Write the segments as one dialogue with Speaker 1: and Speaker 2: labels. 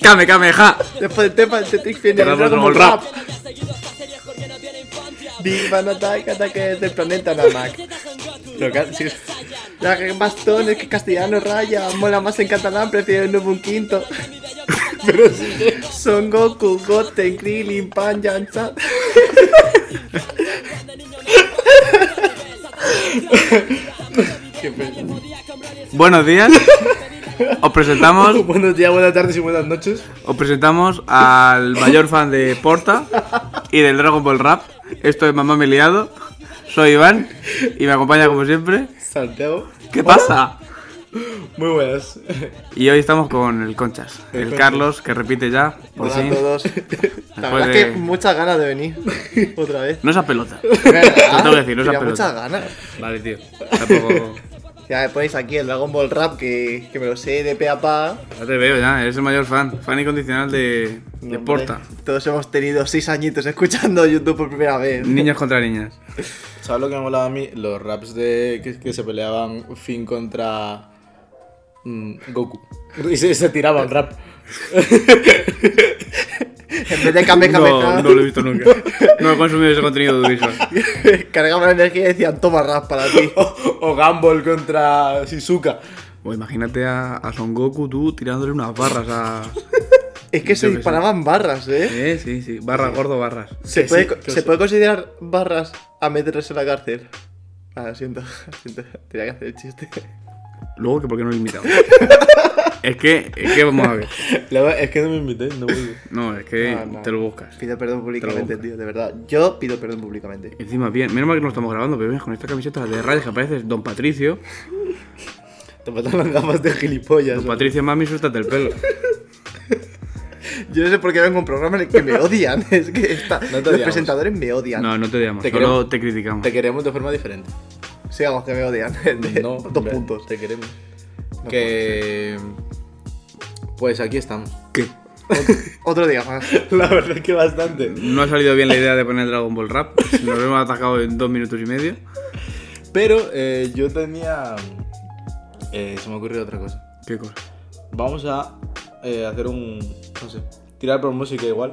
Speaker 1: Kame, kame, ja.
Speaker 2: Después del tema del Tetris viene el
Speaker 1: Dragon
Speaker 2: Dragon
Speaker 1: Ball
Speaker 2: Ball Rap. Divan Attack, ataque del planeta Namak.
Speaker 1: Lo que- sí.
Speaker 2: La que más tones que castellano raya. Mola más en catalán, prefiero el nuevo un quinto.
Speaker 1: Pero sí.
Speaker 2: Son Goku, Goten, Krillin, Pan, Yancha.
Speaker 1: Buenos días. Os presentamos,
Speaker 2: Buenos días, buenas tardes y buenas noches.
Speaker 1: os presentamos al mayor fan de Porta y del Dragon Ball Rap. Esto es Mamá Me he Liado. Soy Iván y me acompaña como siempre.
Speaker 2: Santiago.
Speaker 1: ¿Qué pasa?
Speaker 2: Muy buenas.
Speaker 1: Y hoy estamos con el Conchas, el Carlos que repite ya. Por
Speaker 3: Hola
Speaker 1: fin.
Speaker 3: a todos.
Speaker 2: La
Speaker 1: Después
Speaker 2: verdad es que
Speaker 1: de-
Speaker 2: muchas ganas de venir otra vez.
Speaker 1: No esa pelota.
Speaker 2: Te
Speaker 1: tengo que decir, no seas pelota.
Speaker 2: muchas ganas.
Speaker 1: Vale, tío. Tampoco.
Speaker 2: Ya me ponéis aquí el Dragon Ball Rap que, que me lo sé de pe a pa.
Speaker 1: Ya te veo, ya. Eres el mayor fan. Fan incondicional de, de
Speaker 2: Hombre,
Speaker 1: Porta.
Speaker 2: Todos hemos tenido seis añitos escuchando YouTube por primera vez.
Speaker 1: Niños contra niñas.
Speaker 3: ¿Sabes lo que me molaba a mí? Los raps de que, que se peleaban Finn contra mm, Goku. Y se, se tiraban rap.
Speaker 2: En vez de Kame Kame
Speaker 1: No,
Speaker 2: Ka,
Speaker 1: no lo he visto nunca. No he consumido ese contenido de Ubisoft.
Speaker 2: cargaban la energía y decían, toma rap para ti.
Speaker 3: O, o Gumball contra Shizuka.
Speaker 1: O imagínate a, a Son Goku tú tirándole unas barras a.
Speaker 2: Es que se
Speaker 1: Yo qué sé.
Speaker 2: disparaban barras, ¿eh?
Speaker 1: Eh, sí, sí. Barras gordo, barras.
Speaker 2: ¿Se,
Speaker 3: Sí,
Speaker 2: puede,
Speaker 3: sí,
Speaker 2: co-
Speaker 3: que
Speaker 2: ¿se
Speaker 3: os-
Speaker 2: puede considerar barras a meterse en la cárcel? Ah, lo siento, lo siento. Tenía que hacer el chiste.
Speaker 1: Luego que por qué no lo invitamos. es que, es que vamos a ver.
Speaker 3: La verdad, es que no me invité, no vuelvo.
Speaker 1: No, es que
Speaker 2: No, no.
Speaker 1: te lo buscas.
Speaker 2: Pido perdón públicamente,
Speaker 1: busco.
Speaker 2: tío, de verdad. Yo pido perdón públicamente.
Speaker 1: Encima, bien, menos mal que no estamos grabando, pero vienes con esta camiseta de rayas que apareces Don Patricio.
Speaker 3: Te faltan las gafas de gilipollas.
Speaker 1: Don Patricio, mami, suéltate el pelo.
Speaker 2: Yo no sé por qué vengo a un programa en el que me odian. Es que está- los
Speaker 3: odiamos.
Speaker 2: presentadores me odian.
Speaker 1: No, no te odiamos,
Speaker 3: Te
Speaker 1: solo
Speaker 3: queremos.
Speaker 1: te criticamos.
Speaker 3: Te queremos de forma diferente.
Speaker 2: Sigamos, que me odian.
Speaker 3: No,
Speaker 2: Dos
Speaker 3: hombre,
Speaker 2: puntos.
Speaker 3: Te queremos. que. Pues aquí estamos.
Speaker 1: ¿Qué?
Speaker 2: Otro día más.
Speaker 3: La verdad es que bastante.
Speaker 1: No ha salido bien la idea de poner Dragon Ball Rap. Nos hemos atacado en dos minutos y medio.
Speaker 3: Pero eh, yo tenía. eh, se me ocurrió otra cosa.
Speaker 1: ¿Qué cosa?
Speaker 3: Vamos a eh, hacer un. No sé. Tirar por música igual.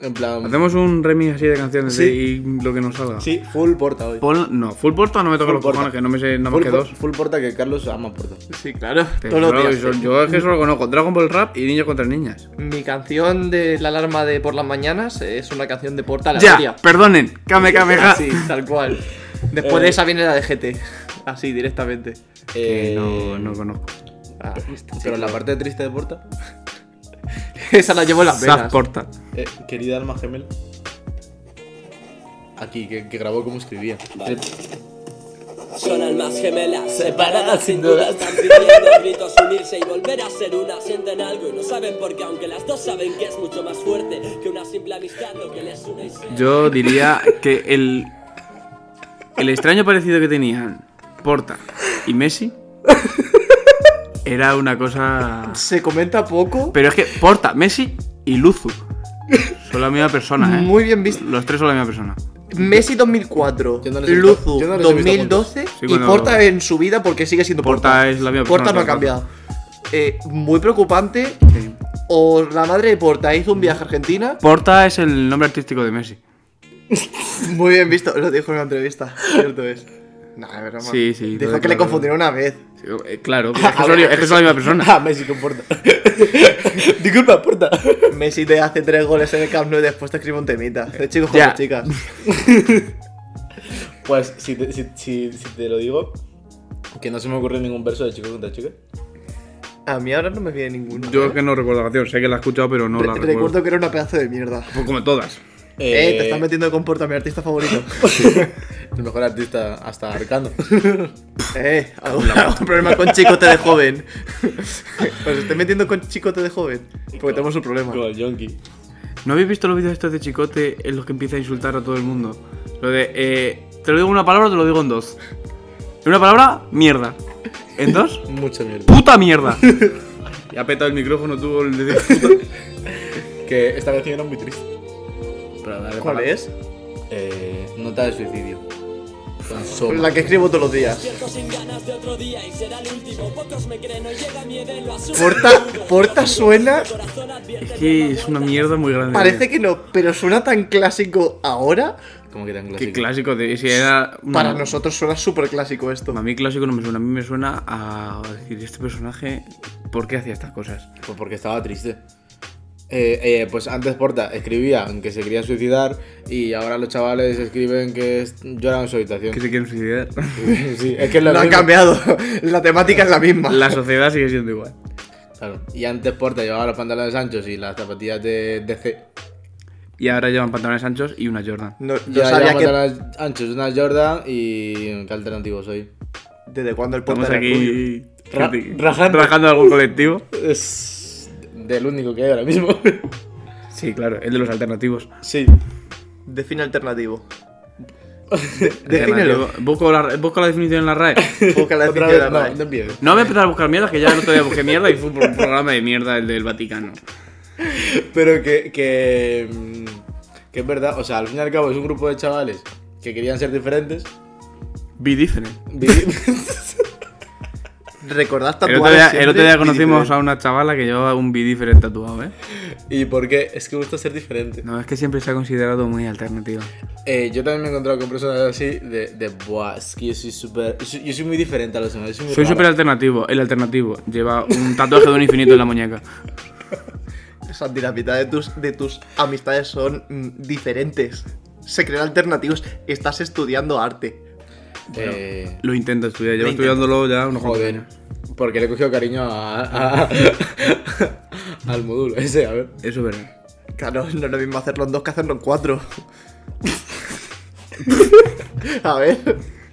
Speaker 3: En plan.
Speaker 1: Hacemos un remix así de canciones
Speaker 3: Sí.
Speaker 1: de- y lo que nos salga.
Speaker 3: Sí, full porta hoy.
Speaker 1: Pon- no, full porta no me toca
Speaker 3: Full
Speaker 1: los
Speaker 3: porta.
Speaker 1: cojones, que no me sé nada más
Speaker 3: full,
Speaker 1: que
Speaker 3: por-
Speaker 1: dos.
Speaker 3: full porta que Carlos ama porta.
Speaker 2: Sí, claro.
Speaker 1: Te
Speaker 2: Todos los
Speaker 1: juro que
Speaker 2: días.
Speaker 1: son- yo es que solo conozco Dragon Ball Rap y Niños contra Niñas.
Speaker 2: Mi canción de la alarma de por las mañanas es una canción de Porta a la
Speaker 1: Ya,
Speaker 2: Gloria.
Speaker 1: perdonen, Kame Kame Ja.
Speaker 2: Sí, tal cual. Después
Speaker 3: Eh.
Speaker 2: de esa viene la de GT. Así, directamente.
Speaker 1: Que
Speaker 3: Eh,
Speaker 1: no, no conozco.
Speaker 2: Ah,
Speaker 3: Pero la parte triste de porta.
Speaker 2: esa la llevo en las
Speaker 1: Zaz
Speaker 2: venas.
Speaker 1: Porta.
Speaker 3: eh, querida alma gemel. Aquí, que, que grabó como escribía.
Speaker 4: Son almas gemelas, separadas sin duda Están pidiendo a gritos unirse y volver a ser una Sienten algo y no saben por qué Aunque las dos saben que es mucho más fuerte Que una simple amistad lo que les une y se
Speaker 1: Yo diría que el. El extraño parecido que tenían Porta y Messi era una cosa.
Speaker 2: Se comenta poco.
Speaker 1: Pero es que Porta, Messi y Luzu son la misma persona, ¿eh?
Speaker 2: Muy bien visto.
Speaker 1: Los tres son la misma persona.
Speaker 2: Messi 2004,
Speaker 3: Yo no les he visto-
Speaker 2: Luzu
Speaker 3: yo no les he visto
Speaker 2: 2012
Speaker 1: juntos. Sí,
Speaker 2: y
Speaker 1: cuando-
Speaker 2: Porta en su vida porque sigue siendo Porta.
Speaker 1: Porta es la misma
Speaker 2: Porta
Speaker 1: persona
Speaker 2: no ha
Speaker 1: todo el rato.
Speaker 2: cambiado. Eh, muy preocupante.
Speaker 1: Sí.
Speaker 2: O la madre de Porta hizo un viaje a Argentina.
Speaker 1: Porta es el nombre artístico de Messi.
Speaker 2: Muy bien visto, lo dijo en una entrevista. Cierto es. Nah, es broma.
Speaker 1: Sí, sí, lo
Speaker 2: Dijo que
Speaker 1: declaró.
Speaker 2: le confundieron una vez.
Speaker 1: Sí, eh, claro, es que, son, es que son la misma persona.
Speaker 3: Ah, Messi con porta. Disculpa, porta.
Speaker 2: Messi te hace tres goles en el Camp Nou y después te escribe un temita. De chicos
Speaker 1: Ya.
Speaker 2: con chicas.
Speaker 3: Pues si te, si, si- si te lo digo, que no se me ocurre ningún verso de chico contra chica.
Speaker 2: A mí ahora no me viene ninguno.
Speaker 1: Yo
Speaker 2: ¿eh?
Speaker 1: es que no recuerdo la canción, sé que la he escuchado, pero no
Speaker 2: Re-
Speaker 1: la
Speaker 2: recuerdo.
Speaker 1: recuerdo.
Speaker 2: que era una pedazo de mierda.
Speaker 1: Pues Como todas.
Speaker 2: Eh, te estás metiendo con Porta, mi artista favorito.
Speaker 3: El mejor artista hasta Arcano.
Speaker 2: Eh, algún, algún problema con chicote de joven. Os estoy metiendo con chicote de joven. Porque tenemos un problema.
Speaker 3: Como el Yonki.
Speaker 1: ¿No habéis visto los vídeos estos de Chicote en los que empieza a insultar a todo el mundo? Lo de, eh, te lo digo en una palabra o te lo digo en dos. En una palabra, mierda. En dos,
Speaker 3: Mucha mierda.
Speaker 1: puta mierda. Y ha petado el micrófono, tú el de puta.
Speaker 3: Que esta canción era muy triste. Pero dale
Speaker 2: ¿Cuál
Speaker 3: para-
Speaker 2: es?
Speaker 3: Eh, nota de suicidio. Tan solo.
Speaker 2: La que escribo todos los días.
Speaker 4: Despierto sin ganas de otro día y será el último. Pocos me creen, no llega mi edad, lo asumo.
Speaker 2: Porta, Porta suena.
Speaker 4: Corazón advierte
Speaker 1: Es que es una mierda muy grande.
Speaker 2: Parece que no, pero suena tan clásico ahora.
Speaker 3: Como que tan clásico.
Speaker 1: Qué clásico de. Si era una-
Speaker 2: Para nosotros suena súper clásico esto.
Speaker 1: A mí clásico no me suena, a mí me suena a decir, este personaje, ¿por qué hacía estas cosas?
Speaker 3: Pues porque estaba triste. Eh, eh, pues antes Porta escribía que se quería suicidar y ahora los chavales escriben que es- lloran en su habitación.
Speaker 1: Que se quieren suicidar.
Speaker 3: Sí, es que es lo
Speaker 2: Lo han
Speaker 3: mismo.
Speaker 2: cambiado. La temática es la misma.
Speaker 1: La sociedad sigue siendo igual.
Speaker 3: Claro. Y antes Porta llevaba los pantalones anchos y las zapatillas de DC.
Speaker 1: Y ahora llevan pantalones anchos y una Jordan.
Speaker 2: No,
Speaker 3: Yo
Speaker 2: yo sabía que.
Speaker 3: pantalones anchos, una Jordan y qué alternativo soy.
Speaker 2: ¿Desde cuándo el porta
Speaker 1: Estamos
Speaker 2: era rubio?
Speaker 1: aquí
Speaker 3: Ra-
Speaker 1: criti-
Speaker 3: rajando.
Speaker 1: rajando algún colectivo.
Speaker 3: Es del único que hay ahora mismo.
Speaker 1: Sí, claro, el de los alternativos.
Speaker 3: Sí.
Speaker 2: Define alternativo.
Speaker 1: Alternativo.
Speaker 2: Defínelo.
Speaker 1: Busco la, busco la definición en la RAE.
Speaker 2: Busca la
Speaker 3: Otra
Speaker 2: definición
Speaker 3: vez,
Speaker 2: de la
Speaker 3: no,
Speaker 2: RAE.
Speaker 3: no empieces.
Speaker 1: No voy a empezar a buscar mierda, que ya el otro día busqué mierda y fue por un programa de mierda el del Vaticano.
Speaker 3: Pero que, que, mm, que es verdad, o sea, al fin y al cabo es un grupo de chavales que querían ser diferentes.
Speaker 1: Be different.
Speaker 3: Vivir-
Speaker 2: Recordad
Speaker 1: El
Speaker 2: tatuajes
Speaker 1: otro, día, el
Speaker 2: siempre
Speaker 1: otro día
Speaker 2: y
Speaker 1: conocimos
Speaker 2: diferente.
Speaker 1: a una chavala que llevaba un be different tatuado, ¿eh?
Speaker 3: ¿Y por qué? Es que me gusta ser diferente.
Speaker 1: No, es que siempre se ha considerado muy alternativa.
Speaker 3: Eh, yo también me he encontrado con personas así de, de buah, es que yo soy súper. so- Yo soy muy diferente a los demás. Yo soy muy
Speaker 1: Soy
Speaker 3: raro".
Speaker 1: súper alternativo. El alternativo lleva un tatuaje de un infinito en la muñeca.
Speaker 2: Santi, la mitad de tus, de tus amistades son mm, diferentes. Se crean alternativos. Estás estudiando arte.
Speaker 3: Eh,
Speaker 1: Lo intento estudiar. Llevo
Speaker 2: Lo intento.
Speaker 1: estudiándolo ya unos cuantos
Speaker 3: joder.
Speaker 1: años.
Speaker 3: Porque le he cogido cariño a, a- al módulo ese, a ver.
Speaker 1: Eso es verdad.
Speaker 2: Claro, no es lo mismo hacerlo en dos que hacerlo en cuatro. a ver.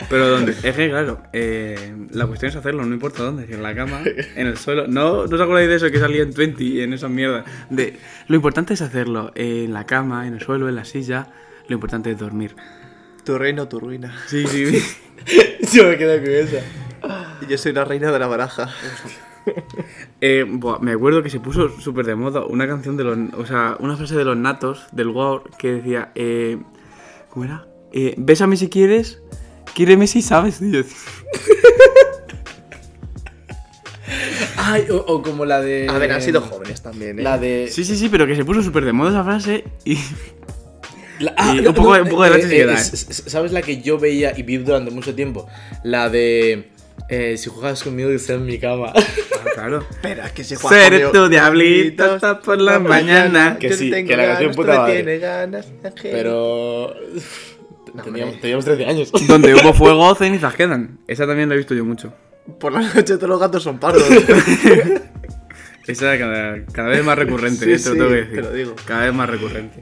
Speaker 1: Pero ¿dónde? Es que, claro, eh, la cuestión es hacerlo, no importa dónde. si en la cama, en el suelo. ¿No, ¿No os acordáis de eso que salía en 20 y en esas mierdas? De, lo importante es hacerlo eh, en la cama, en el suelo, en la silla. Lo importante es dormir.
Speaker 2: Tu reino, tu ruina.
Speaker 1: Sí, sí.
Speaker 3: Yo me quedo con esa.
Speaker 2: Yo soy la reina de la baraja.
Speaker 1: Eh, buah, me acuerdo que se puso súper de moda una canción de los. O sea, una frase de los natos, del Wow, que decía. Eh, ¿Cómo era? Eh, Bésame si quieres, quiéreme si sabes. Y yo decía,
Speaker 3: Ay, o, o como la de.
Speaker 2: A ver, han sido jóvenes también, ¿eh?
Speaker 3: em, La de.
Speaker 1: sí, sí, sí, pero que se puso súper de moda esa frase y.
Speaker 3: La-
Speaker 1: Y un poco de- un poco de
Speaker 3: eh,
Speaker 1: leche sí que
Speaker 3: eh,
Speaker 1: da,
Speaker 3: s-
Speaker 1: eh.
Speaker 3: s- ¿Sabes la que yo veía y vi durante mucho tiempo? La de. eh, si juegas conmigo, que en mi cama.
Speaker 1: Ah, claro.
Speaker 2: Espera, que se juega
Speaker 1: Ser tu diablito hasta por la mañana.
Speaker 3: Que sí, que la canción puta madre.
Speaker 2: tiene ganas, Ángel.
Speaker 3: Pero.
Speaker 2: No,
Speaker 3: Teníamos,
Speaker 2: hombre.
Speaker 3: teníamos 13 años.
Speaker 1: Donde hubo fuego, cenizas quedan. Esa también la he visto yo mucho.
Speaker 2: Por la noche todos los gatos son pardos.
Speaker 1: Esa cada, cada vez más recurrente,
Speaker 2: Sí,
Speaker 1: esto
Speaker 2: sí,
Speaker 1: tengo que decir.
Speaker 2: te lo digo.
Speaker 1: Cada vez más recurrente.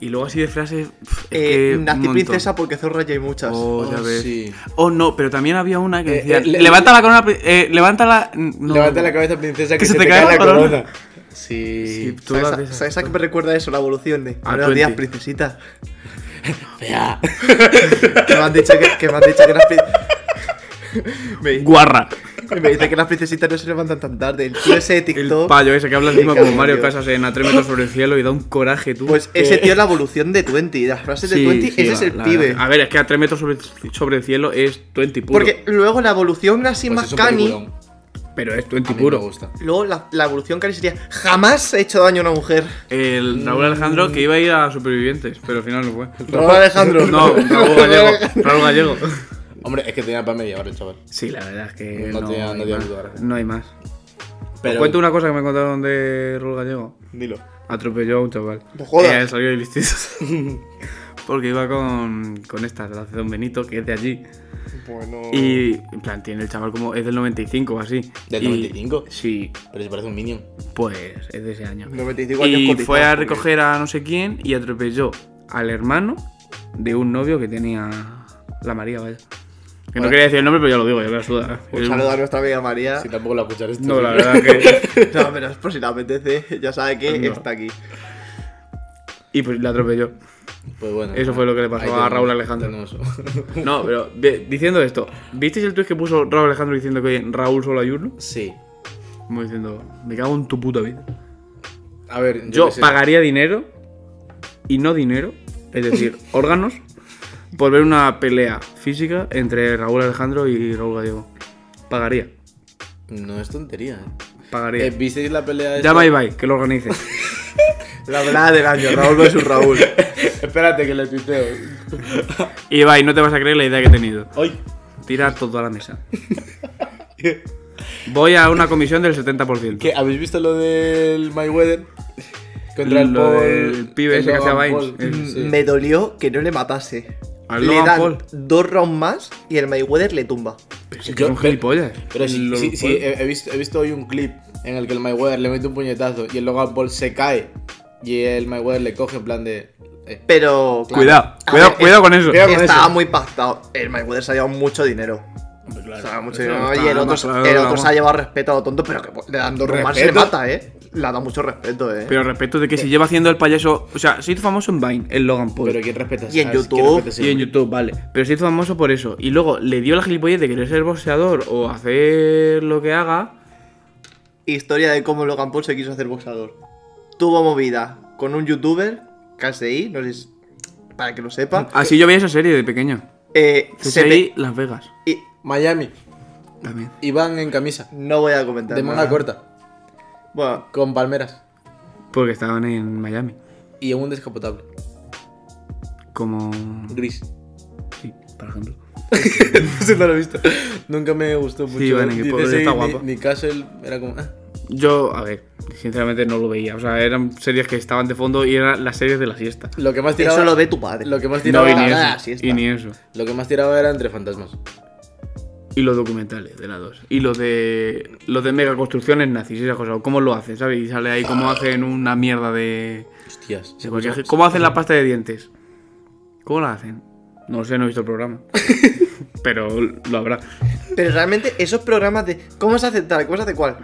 Speaker 1: Y luego así de frases. pf, es
Speaker 2: eh,
Speaker 1: que un
Speaker 2: nací
Speaker 1: montón.
Speaker 2: princesa porque zorra ya hay muchas.
Speaker 1: Oh, ya
Speaker 3: Oh,
Speaker 1: ves.
Speaker 3: sí.
Speaker 1: Oh, no, pero también había una que
Speaker 3: Eh,
Speaker 1: decía.
Speaker 3: eh, le-
Speaker 1: levanta la corona. pri- Eh, levanta la. No,
Speaker 3: Levanta la cabeza, princesa, que,
Speaker 1: Que
Speaker 3: se, te, cae, la corona.
Speaker 1: Sí,
Speaker 3: Sí. pues
Speaker 1: tú Ah,
Speaker 2: ¿Sabes,
Speaker 1: la
Speaker 2: a-
Speaker 1: ves así.
Speaker 2: ¿sabes a qué me recuerda eso? La evolución de.
Speaker 1: A
Speaker 2: Buenos días,
Speaker 1: 20.
Speaker 2: princesita.
Speaker 3: Fea.
Speaker 2: Que me han dicho que, que me han dicho que las prin- me, dice-
Speaker 1: Guarra.
Speaker 2: me dice que las princesitas no se levantan tan tarde. El tío ese de
Speaker 1: El
Speaker 2: TikTok.
Speaker 1: payo ese que habla encima
Speaker 2: Qué
Speaker 1: como Mario
Speaker 2: cabrón.
Speaker 1: Casas en A 3 metros sobre el cielo y da un coraje, tú.
Speaker 2: Pues ese tío es la evolución de Twenty. Las frases de
Speaker 1: Sí,
Speaker 2: Twenty,
Speaker 1: sí,
Speaker 2: ese
Speaker 1: la-
Speaker 2: es el
Speaker 1: la-
Speaker 2: pibe.
Speaker 1: A ver, es que a 3 metros sobre, sobre el cielo es 20 puro.
Speaker 2: Porque luego la evolución así
Speaker 3: Pues
Speaker 2: más
Speaker 3: es un
Speaker 2: cani.
Speaker 3: peliculón.
Speaker 1: Pero es
Speaker 3: A
Speaker 1: 20
Speaker 3: mí me
Speaker 1: puro.
Speaker 3: gusta.
Speaker 2: Luego la, la evolución cani sería: jamás he hecho daño a una mujer.
Speaker 1: El Raúl Alejandro que iba a ir a Supervivientes, pero al final no fue.
Speaker 2: Raúl Alejandro.
Speaker 1: No, Raúl Gallego. Raúl Gallego.
Speaker 3: Hombre, es que tenía para media hora, chaval.
Speaker 1: Sí, la verdad es que
Speaker 3: No
Speaker 1: no,
Speaker 3: tiene- no
Speaker 1: hay,
Speaker 3: tiene
Speaker 1: más.
Speaker 3: lugar.
Speaker 1: No hay más. Os
Speaker 3: Pero-
Speaker 1: cuento una cosa que me contaron de Raúl Gallego.
Speaker 2: Dilo.
Speaker 1: Atropelló a un chaval.
Speaker 2: No jodas.
Speaker 1: Eh, salió de listos. Porque iba con, con esta, la de Don Benito, que es de allí.
Speaker 2: Bueno.
Speaker 1: Y, en plan, tiene el chaval como. Es del 95 o así.
Speaker 3: ¿Del
Speaker 1: Y-
Speaker 3: 95?
Speaker 1: Sí,
Speaker 3: Pero se parece un minion.
Speaker 1: pues es de ese año.
Speaker 2: 95 años
Speaker 1: Y
Speaker 2: cotizados,
Speaker 1: fue a
Speaker 2: porque-
Speaker 1: recoger a no sé quién y atropelló al hermano de un novio que tenía la María, vaya. Que no
Speaker 3: Bueno.
Speaker 1: quería decir el nombre, pero ya lo digo, ya me la suda. Eh,
Speaker 2: Un saludo a nuestra amiga María.
Speaker 3: Si tampoco la escuchar esto.
Speaker 1: No, la verdad que.
Speaker 2: No, pero es por si la apetece. Ya sabe que
Speaker 1: No.
Speaker 2: está aquí.
Speaker 1: Y pues la atropelló.
Speaker 3: Pues bueno.
Speaker 1: Eso fue lo que le pasó
Speaker 3: Ahí
Speaker 1: a
Speaker 3: tenemos-
Speaker 1: Raúl Alejandro.
Speaker 3: tenemos-
Speaker 1: No, pero de- diciendo esto, ¿visteis el tweet que puso Raúl Alejandro diciendo que oye, Raúl solo hay uno?
Speaker 3: Sí.
Speaker 1: Como diciendo, me cago en tu puta vida.
Speaker 3: A ver,
Speaker 1: Yo
Speaker 3: qué sé.
Speaker 1: pagaría dinero y no dinero, es decir, órganos, por ver una pelea física entre Raúl Alejandro y Raúl Gallego. Pagaría.
Speaker 3: No es tontería, ¿eh?
Speaker 1: Pagaría.
Speaker 3: Eh, ¿Visteis la pelea este? esta?
Speaker 1: Llama a Ibai, que lo organice.
Speaker 2: La verdad del año, Raúl versus Raúl.
Speaker 3: Espérate que le tuiteo.
Speaker 1: Ibai, no te vas a creer la idea que he tenido.
Speaker 3: Hoy.
Speaker 1: Tirar todo a la mesa. Voy a una comisión del 70%.
Speaker 3: ¿Qué? ¿Habéis visto lo del Mayweather? Contra el
Speaker 1: Lo
Speaker 3: Paul-
Speaker 1: del pibe
Speaker 3: el
Speaker 1: ese que hacía
Speaker 3: Logan
Speaker 1: Vines,
Speaker 3: Paul.
Speaker 1: el-
Speaker 3: Sí.
Speaker 2: Me dolió que no le matase.
Speaker 1: Al
Speaker 2: le
Speaker 1: Logan
Speaker 2: dan
Speaker 1: Paul.
Speaker 2: dos rounds más y el Mayweather le tumba.
Speaker 1: Son
Speaker 3: Yo-
Speaker 1: gilipollas.
Speaker 3: Pero sí,
Speaker 1: Lo-
Speaker 3: sí, sí, he, he visto, he visto hoy un clip en el que el Mayweather le mete un puñetazo y el Logan Paul se cae y el Mayweather le coge en plan de... eh,
Speaker 2: Pero.
Speaker 1: Cuidado,
Speaker 2: A
Speaker 1: cuidado,
Speaker 2: ver,
Speaker 1: cuidado con eso.
Speaker 3: cuidado con
Speaker 2: estaba
Speaker 3: eso.
Speaker 2: muy pactado. El Mayweather se ha llevado mucho dinero. se ha llevado mucho dinero.
Speaker 1: está
Speaker 2: Y el otro,
Speaker 1: más claro,
Speaker 2: el otro
Speaker 1: vamos.
Speaker 2: se ha llevado respeto a lo tonto, pero que pues, le dan dos rounds más y le
Speaker 3: ¿Respeto?
Speaker 2: mata, ¿eh? Le ha dado mucho respeto, ¿eh?
Speaker 1: Pero respecto de que si lleva haciendo el payaso. O sea, se hizo famoso en Vine, el Logan Paul.
Speaker 3: Pero ¿quién respeta
Speaker 2: Y en
Speaker 3: ¿sabes?
Speaker 2: YouTube,
Speaker 3: ¿Quién respeta ese
Speaker 1: y en
Speaker 3: hombre?
Speaker 1: YouTube, vale. Pero se hizo famoso por eso. Y luego le dio la gilipollez de querer ser boxeador o hacer lo que haga.
Speaker 2: Historia de cómo Logan Paul se quiso hacer boxador. Tuvo movida con un youtuber, KSI, no sé si- para que lo sepa.
Speaker 1: Así yo veía esa serie de pequeño.
Speaker 2: Eh, se
Speaker 1: CSI
Speaker 2: pe-
Speaker 1: Las Vegas.
Speaker 2: y-
Speaker 3: Miami.
Speaker 1: También.
Speaker 3: Iván en camisa.
Speaker 2: No voy a comentar.
Speaker 3: De manga
Speaker 2: nada.
Speaker 3: corta.
Speaker 2: Bueno,
Speaker 3: Con palmeras.
Speaker 1: Porque estaban en Miami.
Speaker 3: Y en un descapotable.
Speaker 1: Como.
Speaker 3: Gris.
Speaker 1: Sí, por ejemplo.
Speaker 3: Eso no lo he visto. Nunca me gustó mucho.
Speaker 1: Iván, en
Speaker 3: Ni
Speaker 1: el pobre
Speaker 3: ese
Speaker 1: está
Speaker 3: ni-
Speaker 1: guapo.
Speaker 3: Ni Castle era como... ah.
Speaker 1: Yo, a ver, sinceramente no lo veía. O sea, eran series que estaban de fondo y eran las series de la siesta.
Speaker 3: Lo que más tiraba...
Speaker 2: eso lo ve tu padre.
Speaker 3: Lo que más
Speaker 1: No,
Speaker 3: tiraba...
Speaker 1: y ni
Speaker 2: nada,
Speaker 1: eso.
Speaker 2: siesta.
Speaker 1: Y ni eso.
Speaker 3: Lo que más tiraba era entre fantasmas.
Speaker 1: Y los documentales de la 2. Y los de. Los de megaconstrucciones nazis y esas cosas. o ¿Cómo lo hacen, sabes? Y sale ahí cómo hacen una mierda de.
Speaker 3: Hostias.
Speaker 1: de cualquier- ¿Cómo hacen la pasta de dientes? ¿Cómo la hacen? No sé, no he visto el programa. Pero lo habrá.
Speaker 2: Pero realmente esos programas de cómo se hace tal, cómo se hace cual.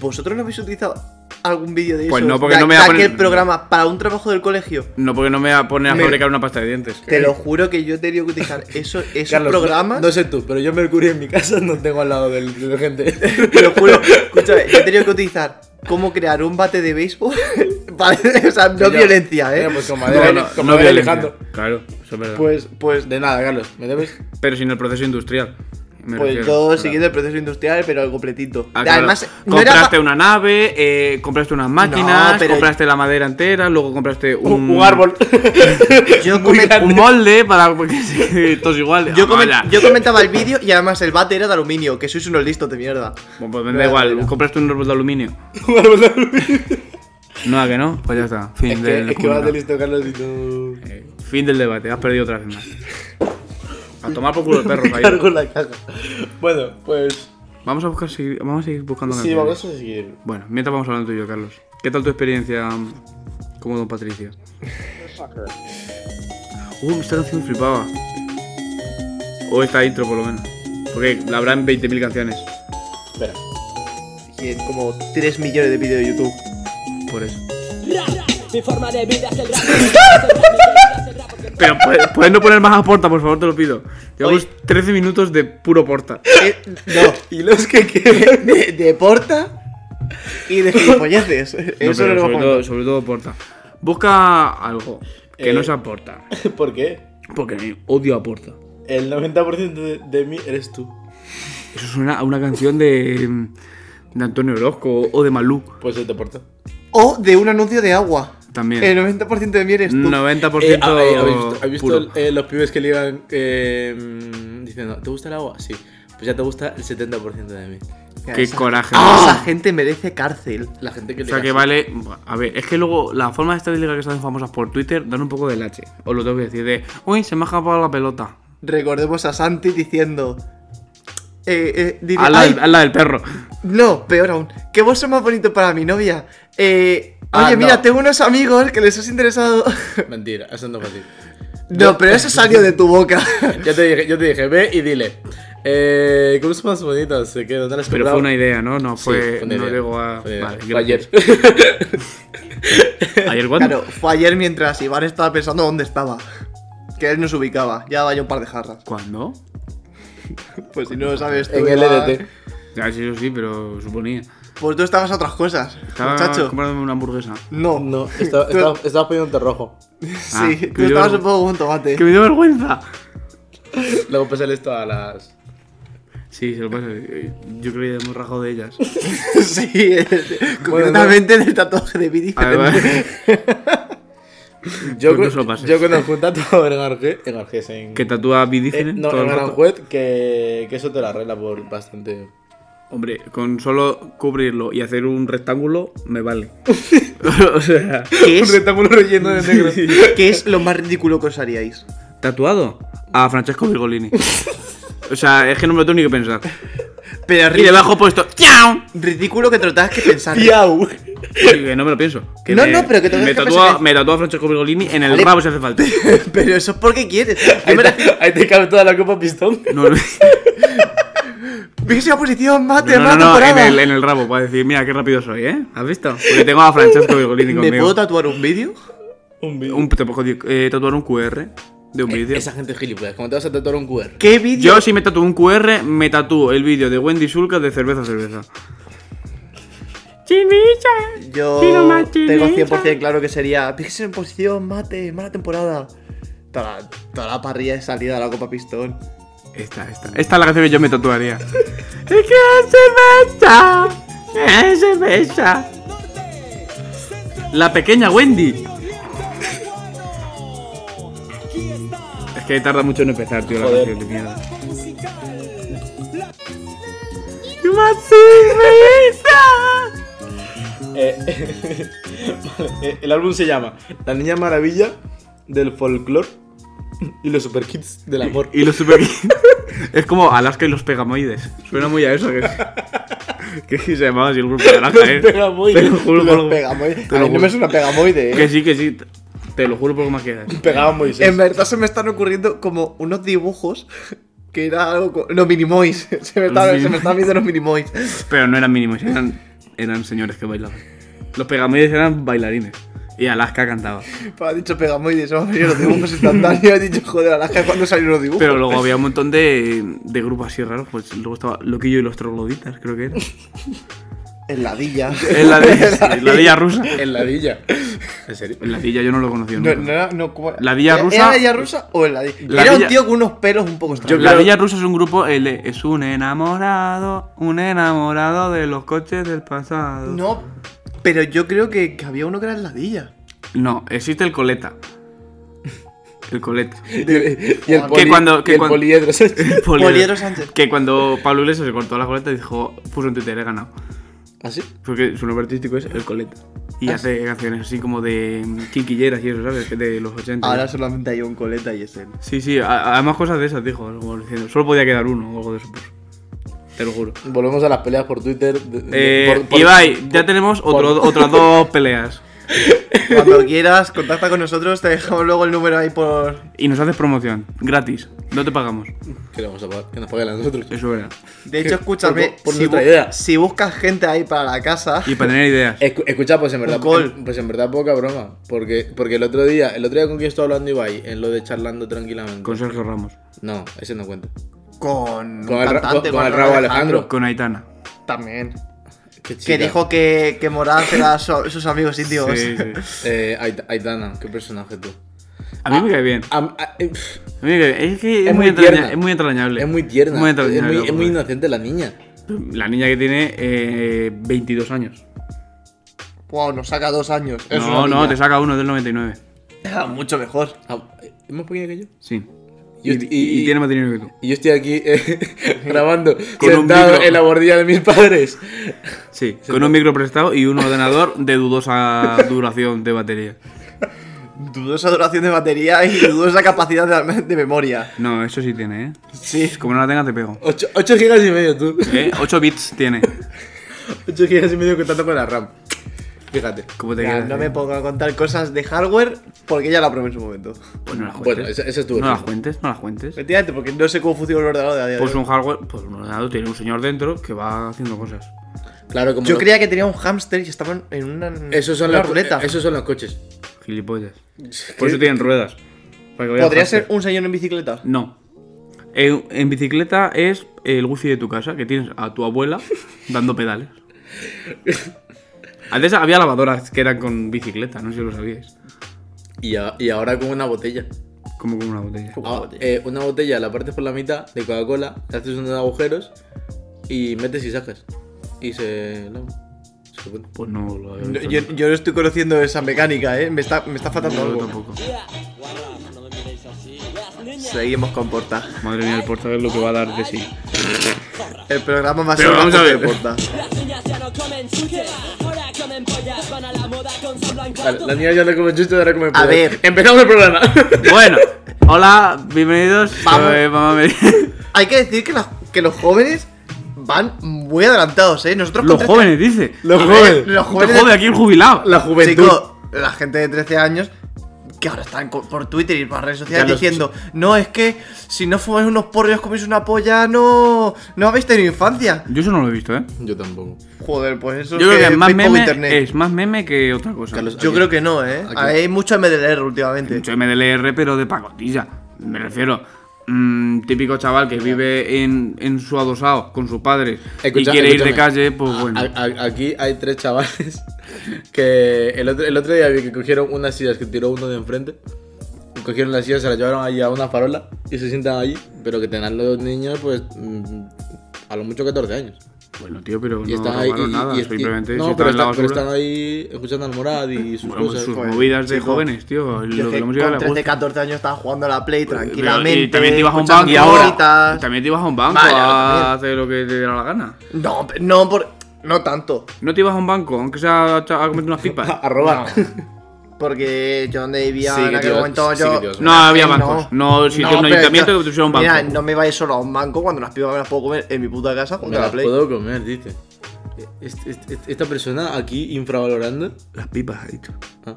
Speaker 2: ¿Vosotros no habéis utilizado algún vídeo de
Speaker 1: Pues
Speaker 2: eso?
Speaker 1: no, porque
Speaker 2: de,
Speaker 1: no me
Speaker 2: de
Speaker 1: voy a poner-
Speaker 2: aquel programa para un trabajo del colegio.
Speaker 1: No, porque no me voy a poner a
Speaker 2: Me-
Speaker 1: fabricar una pasta de dientes.
Speaker 2: Te lo juro que yo he tenido que utilizar eso, esos
Speaker 3: Carlos, no-
Speaker 2: programas.
Speaker 3: No, sé tú, pero yo Mercurio en mi casa no tengo al lado del, de la gente.
Speaker 2: Te lo juro. Escúchame, yo he tenido que utilizar cómo crear un bate de béisbol. para- o sea, no
Speaker 3: Ya.
Speaker 2: violencia, ¿eh?
Speaker 3: Ya, pues con
Speaker 1: No,
Speaker 3: madera,
Speaker 1: no,
Speaker 3: con
Speaker 1: no
Speaker 3: madera
Speaker 1: violencia.
Speaker 3: Alejandro.
Speaker 1: Claro, eso es verdad.
Speaker 3: Pues, pues de nada, Carlos, ¿me debes?
Speaker 1: Pero sin el proceso industrial. me
Speaker 2: Pues
Speaker 1: refiero,
Speaker 2: yo
Speaker 1: claro.
Speaker 2: siguiendo el proceso industrial, pero al completito.
Speaker 1: Ah, claro.
Speaker 2: Además, no era
Speaker 1: compraste
Speaker 2: pa-
Speaker 1: una nave, eh, compraste unas máquinas,
Speaker 2: No, pero-
Speaker 1: compraste la madera entera, luego compraste un,
Speaker 2: yo
Speaker 1: un
Speaker 2: comet-
Speaker 1: molde para que se- todos iguales.
Speaker 2: Yo,
Speaker 1: Ah,
Speaker 2: comen-
Speaker 1: vaya.
Speaker 2: yo comentaba el vídeo y además el bate era de aluminio, que sois unos listos de mierda.
Speaker 1: Bueno, pues me da igual, compraste un árbol de aluminio. No, ¿a que no? Pues ya está. Fin
Speaker 3: Es que,
Speaker 1: del
Speaker 3: es que vas
Speaker 1: culebrón.
Speaker 3: de listo, Carlos, y tú.
Speaker 1: Eh, Fin del debate, has perdido otra vez más. A tomar por culo el perro, Jairo.
Speaker 3: Cargo la caja. Bueno, pues.
Speaker 1: Vamos a buscar si- vamos a seguir buscando
Speaker 3: Sí,
Speaker 1: canciones.
Speaker 3: vamos a seguir.
Speaker 1: Bueno, mientras vamos hablando tú y yo, Carlos. ¿Qué tal tu experiencia como Don Patricio? Uh, esta canción flipaba. O esta intro, por lo menos. Porque la habrán 20.000 canciones.
Speaker 3: Espera.
Speaker 2: Y en como 3 millones de vídeos de YouTube.
Speaker 1: Por eso.
Speaker 4: Rap, Mi forma de vida es el rap. Mi forma de vida es el rap, porque
Speaker 1: Pero puedes, puedes no poner más a Porta, por favor, te lo pido. Llevamos
Speaker 2: Oye.
Speaker 1: 13 minutos de puro Porta.
Speaker 2: Eh, no,
Speaker 3: ¿Y los que
Speaker 2: de, de- de porta y de gilipolleces.
Speaker 1: No,
Speaker 2: Eso
Speaker 1: pero
Speaker 2: no lo
Speaker 1: sobre,
Speaker 2: hemos
Speaker 1: todo, sobre todo Porta. Busca algo que
Speaker 3: Eh.
Speaker 1: no sea Porta.
Speaker 3: ¿Por qué?
Speaker 1: Porque odio a Porta.
Speaker 3: El 90% de, de mí eres tú.
Speaker 1: Eso suena a una canción de, de Antonio Orozco o de Malú.
Speaker 3: Pues se te porta.
Speaker 2: O de un anuncio de agua.
Speaker 1: También.
Speaker 2: El 90% de mí eres tú.
Speaker 1: 90%
Speaker 3: Eh, ah, eh, ¿Habéis visto, habéis visto
Speaker 1: puro.
Speaker 3: el- eh, los pibes que le iban eh, mm, diciendo, ¿te gusta el agua? Sí. Pues ya te gusta el 70% de mí.
Speaker 2: Mira,
Speaker 1: Qué
Speaker 2: esa-
Speaker 1: coraje.
Speaker 3: Ah,
Speaker 2: Esa gente merece cárcel.
Speaker 3: La gente que
Speaker 1: O
Speaker 3: le
Speaker 1: sea que
Speaker 3: gasta.
Speaker 1: vale. A ver, es que luego la forma de esta de liga que se hacen famosas por Twitter dan un poco de lache. Os lo tengo que decir, de uy, se me ha escapado la pelota.
Speaker 2: Recordemos a Santi diciendo. Eh, eh, diré-
Speaker 1: Hazla
Speaker 2: "Ay,
Speaker 1: del- hazla del perro.
Speaker 2: No, peor aún. ¿Qué vos más bonito para mi novia? Eh,
Speaker 3: Ah,
Speaker 2: oye, mira,
Speaker 3: no.
Speaker 2: tengo unos amigos que les has interesado.
Speaker 3: Mentira, eso no es fácil.
Speaker 2: no, pero eso salió de tu boca.
Speaker 3: Yo te dije, yo te dije ve y dile. Eh, ¿Cómo son más bonitas? eh, Se quedan tan
Speaker 1: Pero fue una idea, ¿no? No
Speaker 3: Sí,
Speaker 1: fue.
Speaker 3: una
Speaker 1: no
Speaker 3: idea.
Speaker 1: llegó a.
Speaker 3: Fue una idea.
Speaker 1: Vale,
Speaker 3: Fue ayer.
Speaker 1: gracias. ¿Ayer cuándo?
Speaker 2: claro, fue ayer mientras Iván estaba pensando dónde estaba. Que él nos ubicaba. Ya vaya un par de jarras.
Speaker 1: ¿Cuándo?
Speaker 2: Pues si no lo sabes tú.
Speaker 3: en el
Speaker 2: Iván,
Speaker 3: LDT.
Speaker 1: Ya, sí, yo sí, pero suponía.
Speaker 2: Pues tú estabas a otras cosas,
Speaker 1: Estaba
Speaker 2: muchacho.
Speaker 1: comprándome una hamburguesa.
Speaker 2: No,
Speaker 3: No, estaba,
Speaker 2: Tú-
Speaker 3: estaba, estabas poniéndote rojo.
Speaker 2: Sí,
Speaker 1: Ah,
Speaker 2: tú
Speaker 1: yo-
Speaker 2: estabas un poco como un tomate.
Speaker 1: ¡Que me dio vergüenza!
Speaker 3: Luego pasa esto a las.
Speaker 1: Sí, se lo pasa. Yo creo que ya hemos rajado de ellas.
Speaker 2: sí, es- concretamente del tatuaje de Vidi.
Speaker 1: Además, Pues no
Speaker 3: Yo, con-
Speaker 1: se lo pases.
Speaker 3: yo conozco un tatuador en Arge- en Arges, en.
Speaker 1: que tatúa
Speaker 3: eh,
Speaker 1: Bidicen.
Speaker 3: no, en Aranjuez, que, que eso te lo arregla por bastante.
Speaker 1: Hombre, con solo cubrirlo y hacer un rectángulo me vale. o sea,
Speaker 2: ¿Qué es,
Speaker 3: rectángulo relleno de negro.
Speaker 2: ¿Qué es lo más ridículo que os haríais?
Speaker 1: tatuado a Francesco Virgolini. o sea, es que no me lo tengo ni que pensar.
Speaker 2: Pero
Speaker 1: Y
Speaker 2: ri-
Speaker 1: debajo he puesto ¡Chao!
Speaker 2: ridículo que te lo tengas que pensar.
Speaker 3: Piau.
Speaker 1: Que no me lo pienso. Que
Speaker 2: No,
Speaker 1: me-
Speaker 2: no, pero que te
Speaker 1: me
Speaker 2: lo tienes que
Speaker 1: tatúa,
Speaker 2: pensar.
Speaker 1: me tatúa Francesco Virgolini en el
Speaker 2: Vale.
Speaker 1: rabo si hace falta.
Speaker 2: Pero eso es porque quieres. Yo
Speaker 3: Ahí,
Speaker 2: me
Speaker 3: te-
Speaker 2: la-
Speaker 3: ahí te cabe toda la copa pistón.
Speaker 1: No, no,
Speaker 2: Vigésima posición, mate,
Speaker 1: no, no,
Speaker 2: hermano,
Speaker 1: no, en,
Speaker 2: temporada.
Speaker 1: el, en el rabo para decir, mira qué rápido soy, ¿eh? ¿Has visto? Porque tengo a Francesco Virgolini
Speaker 2: ¿Me puedo
Speaker 1: conmigo.
Speaker 2: tatuar un vídeo?
Speaker 3: Un
Speaker 1: Un, te puedo eh, tatuar un QR de un
Speaker 2: Eh,
Speaker 1: vídeo.
Speaker 3: Esa gente es gilipollas. ¿Cómo te vas a tatuar un QR?
Speaker 2: ¿Qué vídeo?
Speaker 1: Yo si me tatúo un QR, me tatúo el vídeo de Wendy Sulca de cerveza a cerveza. Chimicha.
Speaker 2: Yo
Speaker 1: Quiero más
Speaker 2: tengo
Speaker 1: chimicha.
Speaker 2: 100% claro que sería vigésima posición, mate, mala temporada. Toda la, toda la parrilla de salida de la Copa Pistón.
Speaker 1: Esta, esta. Esta es la canción que yo me tatuaría. Es que se besa. eh, Se besa. La pequeña Wendy. Es que tarda mucho en empezar, tío,
Speaker 3: Joder.
Speaker 1: la canción de mierda. You must see me.
Speaker 3: Eh, vale, eh, el álbum se llama La Niña Maravilla del Folklore y los Super Kids del Amor.
Speaker 1: Y los super Es como Alaska y los pegamoides. Suena muy a eso que Que sí se llamaba así el grupo de Alaska, eh.
Speaker 3: pegamoides.
Speaker 1: Te lo juro por
Speaker 2: Los
Speaker 1: lo-
Speaker 2: pegamoides.
Speaker 1: te
Speaker 2: A
Speaker 1: lo
Speaker 2: mí no
Speaker 1: juro.
Speaker 2: me suena pegamoide, eh.
Speaker 1: Que sí, que sí. Te lo juro por más quedas.
Speaker 3: Pegaba Moisés.
Speaker 2: En verdad se me están ocurriendo como unos dibujos que era algo co- Los minimois. Se me, estaba-
Speaker 1: Los
Speaker 2: se me están viendo los minimois.
Speaker 1: Pero no eran mínimos, eran, eran señores que bailaban. Los pegamoides eran bailarines. Y Alaska cantaba.
Speaker 2: Pues Ha dicho pegamoides, se me han venido los dibujos instantáneos. He dicho, joder, Alaska, ¿cuándo salieron los dibujos?
Speaker 1: Pero luego había un montón de, de grupos así raros. Pues luego estaba Loquillo y los Trogloditas, creo que era.
Speaker 2: En la villa.
Speaker 1: En la, de- la Dilla rusa.
Speaker 3: En la villa. ¿En serio?
Speaker 1: En la Dilla yo no lo conocía
Speaker 2: No,
Speaker 1: nunca.
Speaker 2: no era, no, ¿cómo era?
Speaker 1: La villa
Speaker 2: ¿Era-
Speaker 1: rusa-
Speaker 2: ¿Era la villa rusa o en la villa?
Speaker 1: La
Speaker 2: era
Speaker 1: villa-
Speaker 2: un tío con unos pelos un poco extraños.
Speaker 1: la
Speaker 3: creo-
Speaker 1: Villa Rusa es un grupo, el de, es un enamorado, un enamorado de los coches del pasado.
Speaker 2: No, pero yo creo que, que había uno que era en la villa.
Speaker 1: No, existe el coleta. El coleta.
Speaker 3: Y el, y el
Speaker 2: Que
Speaker 3: poli-
Speaker 1: cuando- que
Speaker 3: y el
Speaker 1: cuando-
Speaker 3: poliedro.
Speaker 1: Poliedro.
Speaker 2: Poliedro Sánchez.
Speaker 1: Que cuando Pablo Iglesias se cortó la coleta dijo, puso en Twitter, he ganado.
Speaker 3: ¿Así?
Speaker 1: Porque su nombre artístico es El Coleta. Y hace canciones así como de mm, quinquilleras y eso, ¿sabes? Que De los 80.
Speaker 2: Ahora solamente hay un coleta y es él.
Speaker 1: Sí, sí, a- además cosas de esas, dijo. Como diciendo, solo podía quedar uno o algo de eso. pues. Te lo juro.
Speaker 3: Volvemos a las peleas por Twitter. de- de-
Speaker 1: Eh,
Speaker 3: por- por-
Speaker 1: Ibai,
Speaker 3: por-
Speaker 1: ya tenemos
Speaker 3: por-
Speaker 1: otro- otras dos peleas.
Speaker 2: Cuando quieras, contacta con nosotros, te dejamos luego el número ahí por,
Speaker 1: Y nos haces promoción, gratis. No te pagamos.
Speaker 3: Que le vamos a pagar, que nos paguen a nosotros.
Speaker 1: Eso era.
Speaker 2: De hecho, escúchame,
Speaker 3: Por- por
Speaker 2: si,
Speaker 3: nuestra
Speaker 2: bu-
Speaker 3: idea.
Speaker 2: si buscas gente ahí para la casa,
Speaker 1: Y para tener ideas.
Speaker 3: Escu- escucha, pues en verdad.
Speaker 2: Un gol.
Speaker 3: Pues en verdad, poca broma. Porque, porque el otro día, el otro día con quien estuve hablando Ibai, en lo de charlando tranquilamente.
Speaker 1: Con Sergio Ramos.
Speaker 3: No, ese no cuenta.
Speaker 2: con,
Speaker 3: Con el ra-
Speaker 2: cantante,
Speaker 3: con- con el
Speaker 2: Raúl
Speaker 3: Rabo Alejandro.
Speaker 1: Con Aitana.
Speaker 2: También.
Speaker 3: Qué
Speaker 2: Que dijo que, que Moraz era su- sus amigos indios.
Speaker 1: Sí, sí.
Speaker 3: Eh, Ait- Aitana, qué personaje tú.
Speaker 1: A mí me cae bien.
Speaker 3: Am- a- eh, pff,
Speaker 1: A mí me cae bien. Es que es, muy,
Speaker 3: Es muy
Speaker 1: entraña-
Speaker 3: tierna.
Speaker 1: es muy entrañable.
Speaker 3: es muy tierna.
Speaker 1: Muy
Speaker 3: es muy-
Speaker 1: entrañable.
Speaker 3: es muy inocente la niña.
Speaker 1: La niña que tiene eh, 22 años.
Speaker 2: Wow, nos saca dos años. Es
Speaker 1: no,
Speaker 2: una
Speaker 1: no,
Speaker 2: niña.
Speaker 1: te saca uno del 99.
Speaker 2: Ah, Mucho mejor.
Speaker 3: Ah, eh, ¿Es más pequeña que yo?
Speaker 1: Sí.
Speaker 3: Y-
Speaker 1: Y,
Speaker 3: y-
Speaker 1: y- y tiene más dinero que tú.
Speaker 3: Y yo estoy aquí eh, grabando,
Speaker 1: Con un
Speaker 3: sentado
Speaker 1: micro.
Speaker 3: en la bordilla de mis padres.
Speaker 1: Sí, con un micro prestado y un ordenador de dudosa duración de batería.
Speaker 2: Dudosa duración de batería y dudosa capacidad de, de memoria.
Speaker 1: No, eso sí tiene, ¿eh?
Speaker 2: Sí.
Speaker 1: Como no la tengas, te pego.
Speaker 3: 8, gigas y medio, tú.
Speaker 1: ¿Eh? 8 bits tiene.
Speaker 3: 8 gigas y medio contando con la RAM. Fíjate.
Speaker 1: Como te
Speaker 2: Ya,
Speaker 1: quieras
Speaker 2: no me
Speaker 1: decir.
Speaker 2: pongo a contar cosas de hardware porque ya la probé en su momento.
Speaker 1: Pues no las cuentes.
Speaker 3: Bueno, ese, ese es
Speaker 1: no
Speaker 3: tu
Speaker 1: las
Speaker 3: origen.
Speaker 1: cuentes, no las cuentes.
Speaker 2: Efectivamente, porque no sé cómo funciona el ordenador de a día de
Speaker 1: Pues
Speaker 2: hoy.
Speaker 1: un hardware, pues un ordenador tiene un señor dentro que va haciendo cosas.
Speaker 3: Claro, como
Speaker 2: Yo
Speaker 3: los-
Speaker 2: creía que tenía un hámster y estaban en una,
Speaker 3: Esos son,
Speaker 2: una
Speaker 3: los,
Speaker 2: ruleta.
Speaker 3: eh, esos son los coches.
Speaker 1: Gilipollas. Por eso tienen ruedas. para que vaya
Speaker 2: ¿Podría
Speaker 1: faster.
Speaker 2: ser un señor en bicicleta?
Speaker 1: No. En, en bicicleta es el wifi de tu casa, que tienes a tu abuela dando pedales. Antes había lavadoras que eran con bicicleta, no sé si lo sabíais.
Speaker 3: Y, a- y ahora con una botella.
Speaker 1: Como con una botella.
Speaker 3: Ah, eh, una botella la partes por la mitad de Coca-Cola, le haces unos agujeros y metes y sacas. Y se. No, se lo pone.
Speaker 1: Pues no lo había
Speaker 2: Yo,
Speaker 1: visto nunca.
Speaker 2: yo no estoy conociendo esa mecánica, ¿eh? Me está, me está faltando
Speaker 1: Yo
Speaker 2: algo.
Speaker 1: tampoco.
Speaker 4: Yeah, guarras, no me miréis así. Las niñas.
Speaker 2: Seguimos con Porta.
Speaker 1: Madre mía, el porta es lo que va a dar de sí.
Speaker 2: El programa más
Speaker 1: Pero vamos a ver.
Speaker 2: de Porta.
Speaker 4: Las niñas ya no comen sushi, ahora comen pollas, van a la moda con sol blanco.
Speaker 3: Vale, la niña ya no come chucho, ahora come pollo.
Speaker 2: ver.
Speaker 3: empezamos el programa.
Speaker 1: Bueno, hola, bienvenidos.
Speaker 2: Vamos.
Speaker 1: Eh, vamos a ver.
Speaker 2: Hay que decir que, la- que los jóvenes van muy adelantados, ¿eh? Nosotros con
Speaker 1: Los
Speaker 2: 13
Speaker 1: jóvenes, dice.
Speaker 3: Los
Speaker 2: A ver,
Speaker 3: jóvenes.
Speaker 2: Los jóvenes.
Speaker 1: Los jóvenes, aquí el jubilado.
Speaker 3: la juventud.
Speaker 2: Chico, la gente de 13 años que ahora están co- por Twitter y por redes sociales
Speaker 3: Ya los-
Speaker 2: diciendo, no, es que si no fumáis unos porros y os coméis una polla, no, no habéis tenido infancia.
Speaker 1: Yo eso no lo he visto, ¿eh?
Speaker 3: Yo tampoco.
Speaker 2: Joder, pues eso
Speaker 1: Yo creo que es más
Speaker 2: Facebook,
Speaker 1: meme,
Speaker 2: internet.
Speaker 1: es más meme que otra cosa.
Speaker 3: Carlos,
Speaker 2: Yo
Speaker 3: Aquí.
Speaker 2: creo que no, ¿eh?
Speaker 3: Aquí.
Speaker 2: Hay mucho MDLR últimamente.
Speaker 1: Mucho MDLR, pero de pacotilla. Me refiero. mm, típico chaval que vive en, en su adosado con sus padres
Speaker 3: Escucha-
Speaker 1: y quiere ir de
Speaker 3: escúchame. Ah,
Speaker 1: calle, pues bueno.
Speaker 3: A- a- aquí hay tres chavales que el otro, el otro día vi que cogieron unas sillas que tiró uno de enfrente. Cogieron las sillas, se las llevaron allí a una farola y se sientan allí. Pero que tengan los niños, pues, mm, a lo mucho 14 años.
Speaker 1: Bueno, tío, pero
Speaker 3: Y
Speaker 1: Pues no
Speaker 3: están ahí.
Speaker 1: robaron
Speaker 3: y-
Speaker 1: nada.
Speaker 3: y- y-
Speaker 1: simplemente
Speaker 3: no,
Speaker 1: si están en la
Speaker 3: pero, están- pero
Speaker 1: basura.
Speaker 3: están ahí escuchando al Morad y sus
Speaker 1: Bueno, pues
Speaker 3: cosas.
Speaker 1: sus
Speaker 2: joder,
Speaker 1: movidas de
Speaker 2: chico.
Speaker 1: jóvenes, tío.
Speaker 2: Yo
Speaker 1: Lo
Speaker 2: que
Speaker 1: que hemos llegado
Speaker 2: con
Speaker 1: a la
Speaker 2: 13,
Speaker 1: gusta.
Speaker 2: 14 años estaba jugando a la Play tranquilamente.
Speaker 1: Y también te ibas a un banco
Speaker 2: escuchando
Speaker 1: ahora.
Speaker 2: cositas.
Speaker 1: También te ibas a un banco
Speaker 2: Vale,
Speaker 1: a
Speaker 2: ahora
Speaker 1: hacer lo que te diera la gana.
Speaker 2: No, pe- no, por, no tanto.
Speaker 1: No te ibas a un banco, aunque sea a, a comer unas pipas.
Speaker 3: A robar.
Speaker 2: Porque yo donde vivía
Speaker 3: Sí que
Speaker 2: en aquel
Speaker 3: te-
Speaker 2: momento
Speaker 3: sí
Speaker 2: yo. Eh,
Speaker 3: que te ibas a
Speaker 1: No había bancos. No, sitio, un
Speaker 2: pero
Speaker 1: ayuntamiento
Speaker 2: yo-
Speaker 1: que pusiera un banco.
Speaker 2: Mira, no me vais solo a un banco cuando las pibas me las puedo comer en mi puta casa
Speaker 3: Me
Speaker 2: jugando a la
Speaker 3: las
Speaker 2: Play.
Speaker 3: puedo comer, dice. Este- este- esta persona aquí infravalorando.
Speaker 1: Las pipas, ha dicho.
Speaker 3: Ah.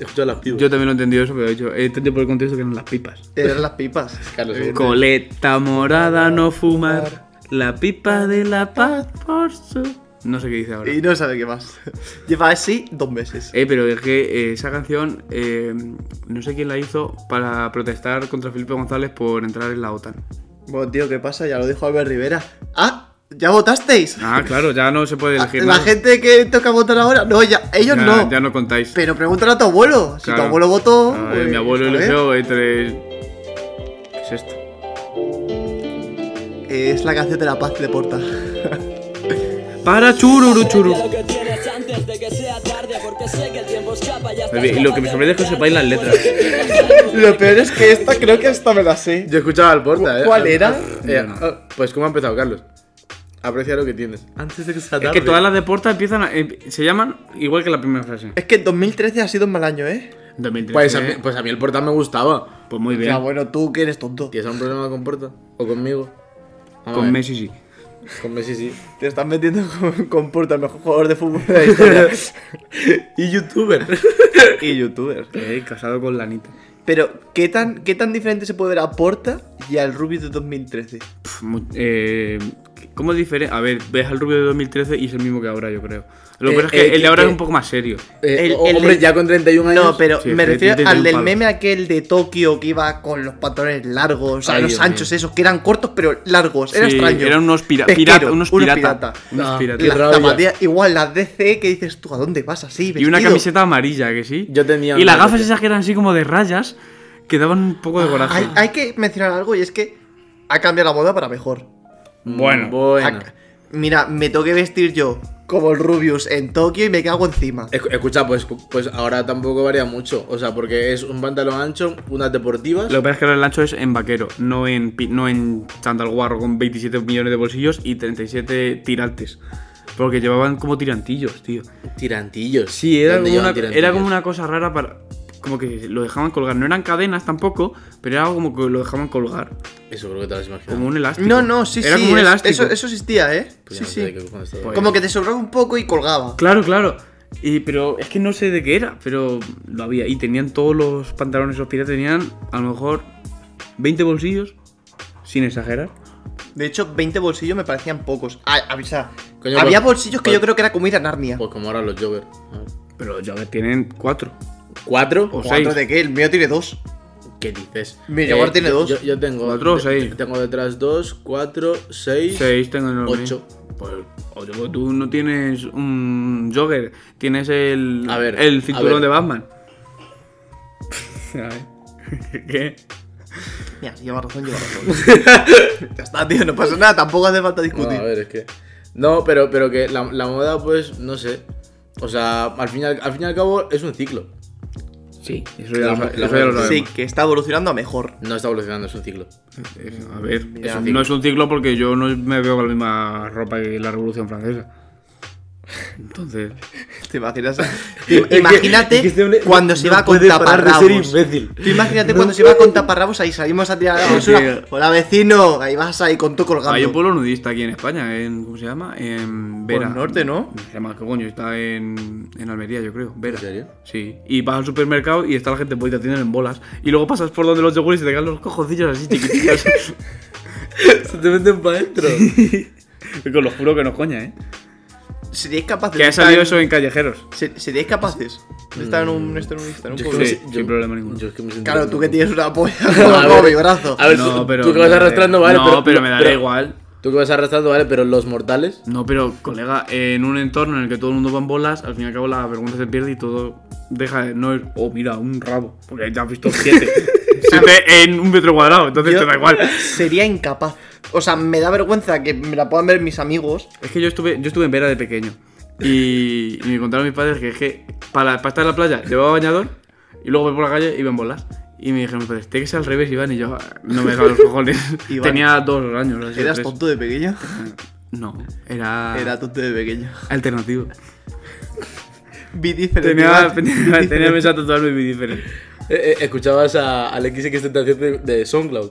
Speaker 3: Escucha las pibas.
Speaker 1: Yo también lo he entendido eso, pero he dicho, he entendido por el contexto que eran las pipas.
Speaker 2: Eran las pipas.
Speaker 3: Carlos,
Speaker 1: Coleta morada, no fumar. La pipa de la paz, por su. No sé qué dice ahora.
Speaker 2: Y no sabe qué más. Lleva así dos meses.
Speaker 1: Eh, pero es que eh, esa canción, eh, no sé quién la hizo para protestar contra Felipe González por entrar en la OTAN.
Speaker 2: Bueno, tío, ¿qué pasa? Ya lo dijo Albert Rivera. ¡Ah! ¿Ya votasteis?
Speaker 1: Ah, claro, ya no se puede elegir.
Speaker 2: la
Speaker 1: nada.
Speaker 2: gente que toca votar ahora. No, ya, ellos
Speaker 1: Ya-
Speaker 2: no.
Speaker 1: Ya no contáis.
Speaker 2: Pero pregúntale a tu abuelo. Si
Speaker 1: Claro.
Speaker 2: tu abuelo votó.
Speaker 1: Ah,
Speaker 2: pues,
Speaker 1: mi abuelo
Speaker 2: joder.
Speaker 1: eligió entre. ¿Qué es esto?
Speaker 2: Es la canción de la paz de Porta.
Speaker 1: Para chururu chururu.
Speaker 4: Lo que tienes antes de que sea tarde, porque sé que el tiempo escapa, ya estás
Speaker 1: Baby, y lo que me sorprende es que sepáis las letras.
Speaker 2: Lo peor es que esta creo que esta me la sé.
Speaker 3: Yo escuchaba al porta, ¿eh?
Speaker 2: ¿Cuál era?
Speaker 3: Eh,
Speaker 1: No, no.
Speaker 3: ah, Pues, ¿cómo ha empezado, Carlos? Aprecia lo que tienes. Antes de que sea
Speaker 1: Es que todas las deportas empiezan a- em- se llaman igual que la primera frase.
Speaker 2: Es que 2013 ha sido un mal año, ¿eh?
Speaker 1: 2013.
Speaker 3: Pues a, mí, pues a mí el porta me gustaba.
Speaker 1: Pues muy
Speaker 2: Ya,
Speaker 1: bien.
Speaker 2: bueno, tú que eres tonto.
Speaker 3: ¿Tienes algún problema con porta? ¿O conmigo? Ah,
Speaker 1: Con
Speaker 3: vale.
Speaker 1: Messi sí.
Speaker 3: Con Messi, sí.
Speaker 2: Te estás metiendo con, con Porta, el mejor jugador de fútbol de la historia.
Speaker 3: Y youtuber.
Speaker 2: y youtuber.
Speaker 1: Eh, casado con Lanita.
Speaker 2: Pero, ¿qué tan, ¿qué tan diferente se puede ver a Porta y al Rubius de 2013?
Speaker 1: Pff, mu- eh, ¿Cómo difere? A ver, ves al Rubio de 2013 y es el mismo que ahora, yo creo. Lo que
Speaker 3: Eh,
Speaker 1: pasa es que
Speaker 3: eh,
Speaker 1: el de ahora
Speaker 3: que-
Speaker 1: es un poco más serio.
Speaker 2: El- el
Speaker 3: Eh, oh, hombre,
Speaker 2: de-
Speaker 3: ya con 31 años.
Speaker 2: No, pero
Speaker 1: Sí,
Speaker 2: me
Speaker 1: es que
Speaker 2: refiero
Speaker 1: tiene
Speaker 2: al del
Speaker 1: palos.
Speaker 2: meme aquel de Tokio que iba con los pantalones largos, o sea,
Speaker 3: Ay,
Speaker 2: los
Speaker 3: Dios
Speaker 2: anchos
Speaker 3: mío.
Speaker 2: esos, que eran cortos pero largos, era
Speaker 1: Sí,
Speaker 2: extraño.
Speaker 1: Eran unos, pira-
Speaker 2: Pesquero,
Speaker 1: pirata, unos
Speaker 2: unos
Speaker 1: pirata.
Speaker 2: pirata.
Speaker 1: Unos
Speaker 3: No,
Speaker 1: pirata.
Speaker 3: Qué
Speaker 2: Las
Speaker 3: rabia.
Speaker 2: zapatillas, igual las DC que dices tú, ¿a dónde vas así?
Speaker 1: Y una
Speaker 2: vestido?".
Speaker 1: camiseta amarilla, que sí.
Speaker 3: Yo tenía
Speaker 1: Y
Speaker 3: una
Speaker 1: las gafas
Speaker 3: de-
Speaker 1: esas que eran así como de rayas, que daban un poco de coraje.
Speaker 2: Hay, hay que mencionar algo y es que ha cambiado la moda para mejor.
Speaker 1: Bueno.
Speaker 3: Mm, bueno.
Speaker 2: Ha- mira, me tengo que vestir yo como el Rubius en Tokio y me cago encima.
Speaker 3: Escu- Escucha, pues, pues ahora tampoco varía mucho. O sea, porque es un pantalón ancho, unas deportivas.
Speaker 1: Lo que pasa es que ahora el ancho es en vaquero, no en, pi- no en chándal guarro con 27 millones de bolsillos y 37 tirantes. Porque llevaban como tirantillos, tío.
Speaker 3: Tirantillos.
Speaker 1: Sí, era
Speaker 3: ¿Dónde
Speaker 1: como, una,
Speaker 3: llevan tirantillos?
Speaker 1: era como una cosa rara para... Como que lo dejaban colgar. No eran cadenas tampoco, pero era como que lo dejaban colgar.
Speaker 3: Eso creo que te lo has imaginado.
Speaker 1: Como un elástico.
Speaker 2: No, no, sí,
Speaker 1: Era
Speaker 2: sí.
Speaker 1: como un
Speaker 2: es-
Speaker 1: elástico.
Speaker 2: Eso, eso existía, ¿eh?
Speaker 3: Pues ya
Speaker 2: sí,
Speaker 3: no sé de
Speaker 2: sí.
Speaker 3: qué cojones estaba.
Speaker 1: Pues-
Speaker 2: Como que te sobraba un poco y colgaba.
Speaker 1: Claro, claro. Y, pero es que no sé de qué era, pero lo había. Y tenían todos los pantalones, los piratas tenían a lo mejor 20 bolsillos, sin exagerar.
Speaker 2: De hecho, 20 bolsillos me parecían pocos. Ah, ah, o sea,
Speaker 3: Coño,
Speaker 2: había
Speaker 3: pues-
Speaker 2: bolsillos que
Speaker 3: pues-
Speaker 2: yo creo que era como ir a Narnia.
Speaker 3: Pues como ahora los joggers.
Speaker 1: Pero los joggers tienen 4
Speaker 3: ¿Cuatro?
Speaker 1: o
Speaker 2: ¿Cuatro
Speaker 1: 6.
Speaker 2: de qué? El mío tiene dos.
Speaker 3: ¿Qué dices? Eh,
Speaker 2: Mi jogger tiene
Speaker 3: yo-
Speaker 2: dos.
Speaker 3: Yo, yo tengo.
Speaker 1: ¿Cuatro o
Speaker 3: te-
Speaker 1: seis?
Speaker 3: Tengo detrás dos, cuatro, seis.
Speaker 1: 6 tengo en el
Speaker 3: Ocho.
Speaker 1: mío. Pues ocho, pues tú no tienes un jogger, tienes el,
Speaker 3: A ver,
Speaker 1: el
Speaker 3: a ver.
Speaker 1: cinturón de Batman. A ver. ¿Qué?
Speaker 2: Mira, si lleva razón, lleva razón. ya está, tío, no pasa nada, tampoco hace falta
Speaker 3: No,
Speaker 2: discutir.
Speaker 3: a ver, es que. No, pero, pero que la, la moda, pues, no sé. O sea, al fin, y al, al fin y al cabo es un ciclo.
Speaker 1: Sí, eso ya,
Speaker 3: La-
Speaker 1: lo, sa-
Speaker 3: la-
Speaker 1: eso ya lo sabemos.
Speaker 2: sí, que está evolucionando a mejor.
Speaker 3: No está evolucionando, es un ciclo.
Speaker 1: Es- A ver,
Speaker 2: Mira,
Speaker 1: eso
Speaker 2: sí.
Speaker 1: no es un ciclo porque yo no me veo con la misma ropa que la Revolución Francesa. Entonces,
Speaker 2: ¿Te imaginas?
Speaker 3: Es que-
Speaker 2: imagínate
Speaker 3: es que este hombre
Speaker 2: cuando
Speaker 3: no
Speaker 2: se va con
Speaker 3: puede parar de
Speaker 2: taparrabos.
Speaker 3: ser imbécil.
Speaker 2: Tú imagínate cuando se va con taparrabos ahí salimos a tirar a la basura.
Speaker 1: Tío.
Speaker 2: Hola vecino, ahí vas ahí con todo colgando.
Speaker 1: hay un pueblo nudista aquí en España, en, ¿cómo se llama? En
Speaker 3: Pues
Speaker 1: Vera.
Speaker 2: norte, ¿no?
Speaker 1: Se llama, ¿qué coño? Está en, en Almería, yo creo. Vera.
Speaker 3: ¿En serio?
Speaker 1: Sí. Y vas al supermercado y está la gente pues, y te atienden en bolas. Y luego pasas por donde los yogures y te quedan los cojoncillos así chiquitillos.
Speaker 3: Se te meten para adentro.
Speaker 1: Con lo juro que no es coña, ¿eh?
Speaker 2: ¿Seríais capaces
Speaker 1: Que
Speaker 2: de
Speaker 1: ha
Speaker 2: estar
Speaker 1: salido
Speaker 2: en-
Speaker 1: eso en callejeros.
Speaker 2: se- ¿Seríais capaces
Speaker 1: Mm.
Speaker 2: de estar en un, estar en un, estar en un
Speaker 3: Yo es que
Speaker 2: pueblo?
Speaker 3: me
Speaker 1: Sí,
Speaker 3: si-
Speaker 1: sin
Speaker 3: yo-
Speaker 1: problema ninguno.
Speaker 3: Yo es que me siento
Speaker 2: Claro, tú que tienes una polla
Speaker 3: A
Speaker 2: como
Speaker 3: ver.
Speaker 2: mi brazo.
Speaker 3: A ver, tú- tú que
Speaker 1: me
Speaker 3: vas
Speaker 1: da-
Speaker 3: arrastrando, vale,
Speaker 1: No,
Speaker 3: pero-
Speaker 1: pero, me dará
Speaker 3: pero-
Speaker 1: igual.
Speaker 3: Tú que vas arrastrando, vale, pero los mortales.
Speaker 1: No, pero colega, en un entorno en el que todo el mundo va en bolas, al fin y al cabo la vergüenza se pierde y todo deja de no es, oh mira, un rabo, porque ya has visto siete. siete en un metro cuadrado, entonces
Speaker 2: Yo
Speaker 1: te da igual.
Speaker 2: Sería incapaz. O sea, me da vergüenza que me la puedan ver mis amigos.
Speaker 1: Es que yo estuve, yo estuve en Vera de pequeño y, y me contaron mis padres que es que para, para estar en la playa llevaba bañador y luego voy por la calle y iba en bolas. Y me dijeron, mis padres, tiene que ser al revés, Iván, y yo ah, no me dejaba los cojones.
Speaker 2: Iván.
Speaker 1: Tenía dos años. así, o
Speaker 2: ¿Eras
Speaker 1: tres. Ah.
Speaker 2: tonto de pequeño?
Speaker 1: No, era,
Speaker 2: Era tonto de pequeño.
Speaker 1: alternativo.
Speaker 2: Vi diferente.
Speaker 1: Tenía,
Speaker 2: Iván.
Speaker 1: tenía, tenía pensado tatuarme diferente.
Speaker 3: Eh, eh, escuchabas a, al XXXTentación de, de SoundCloud.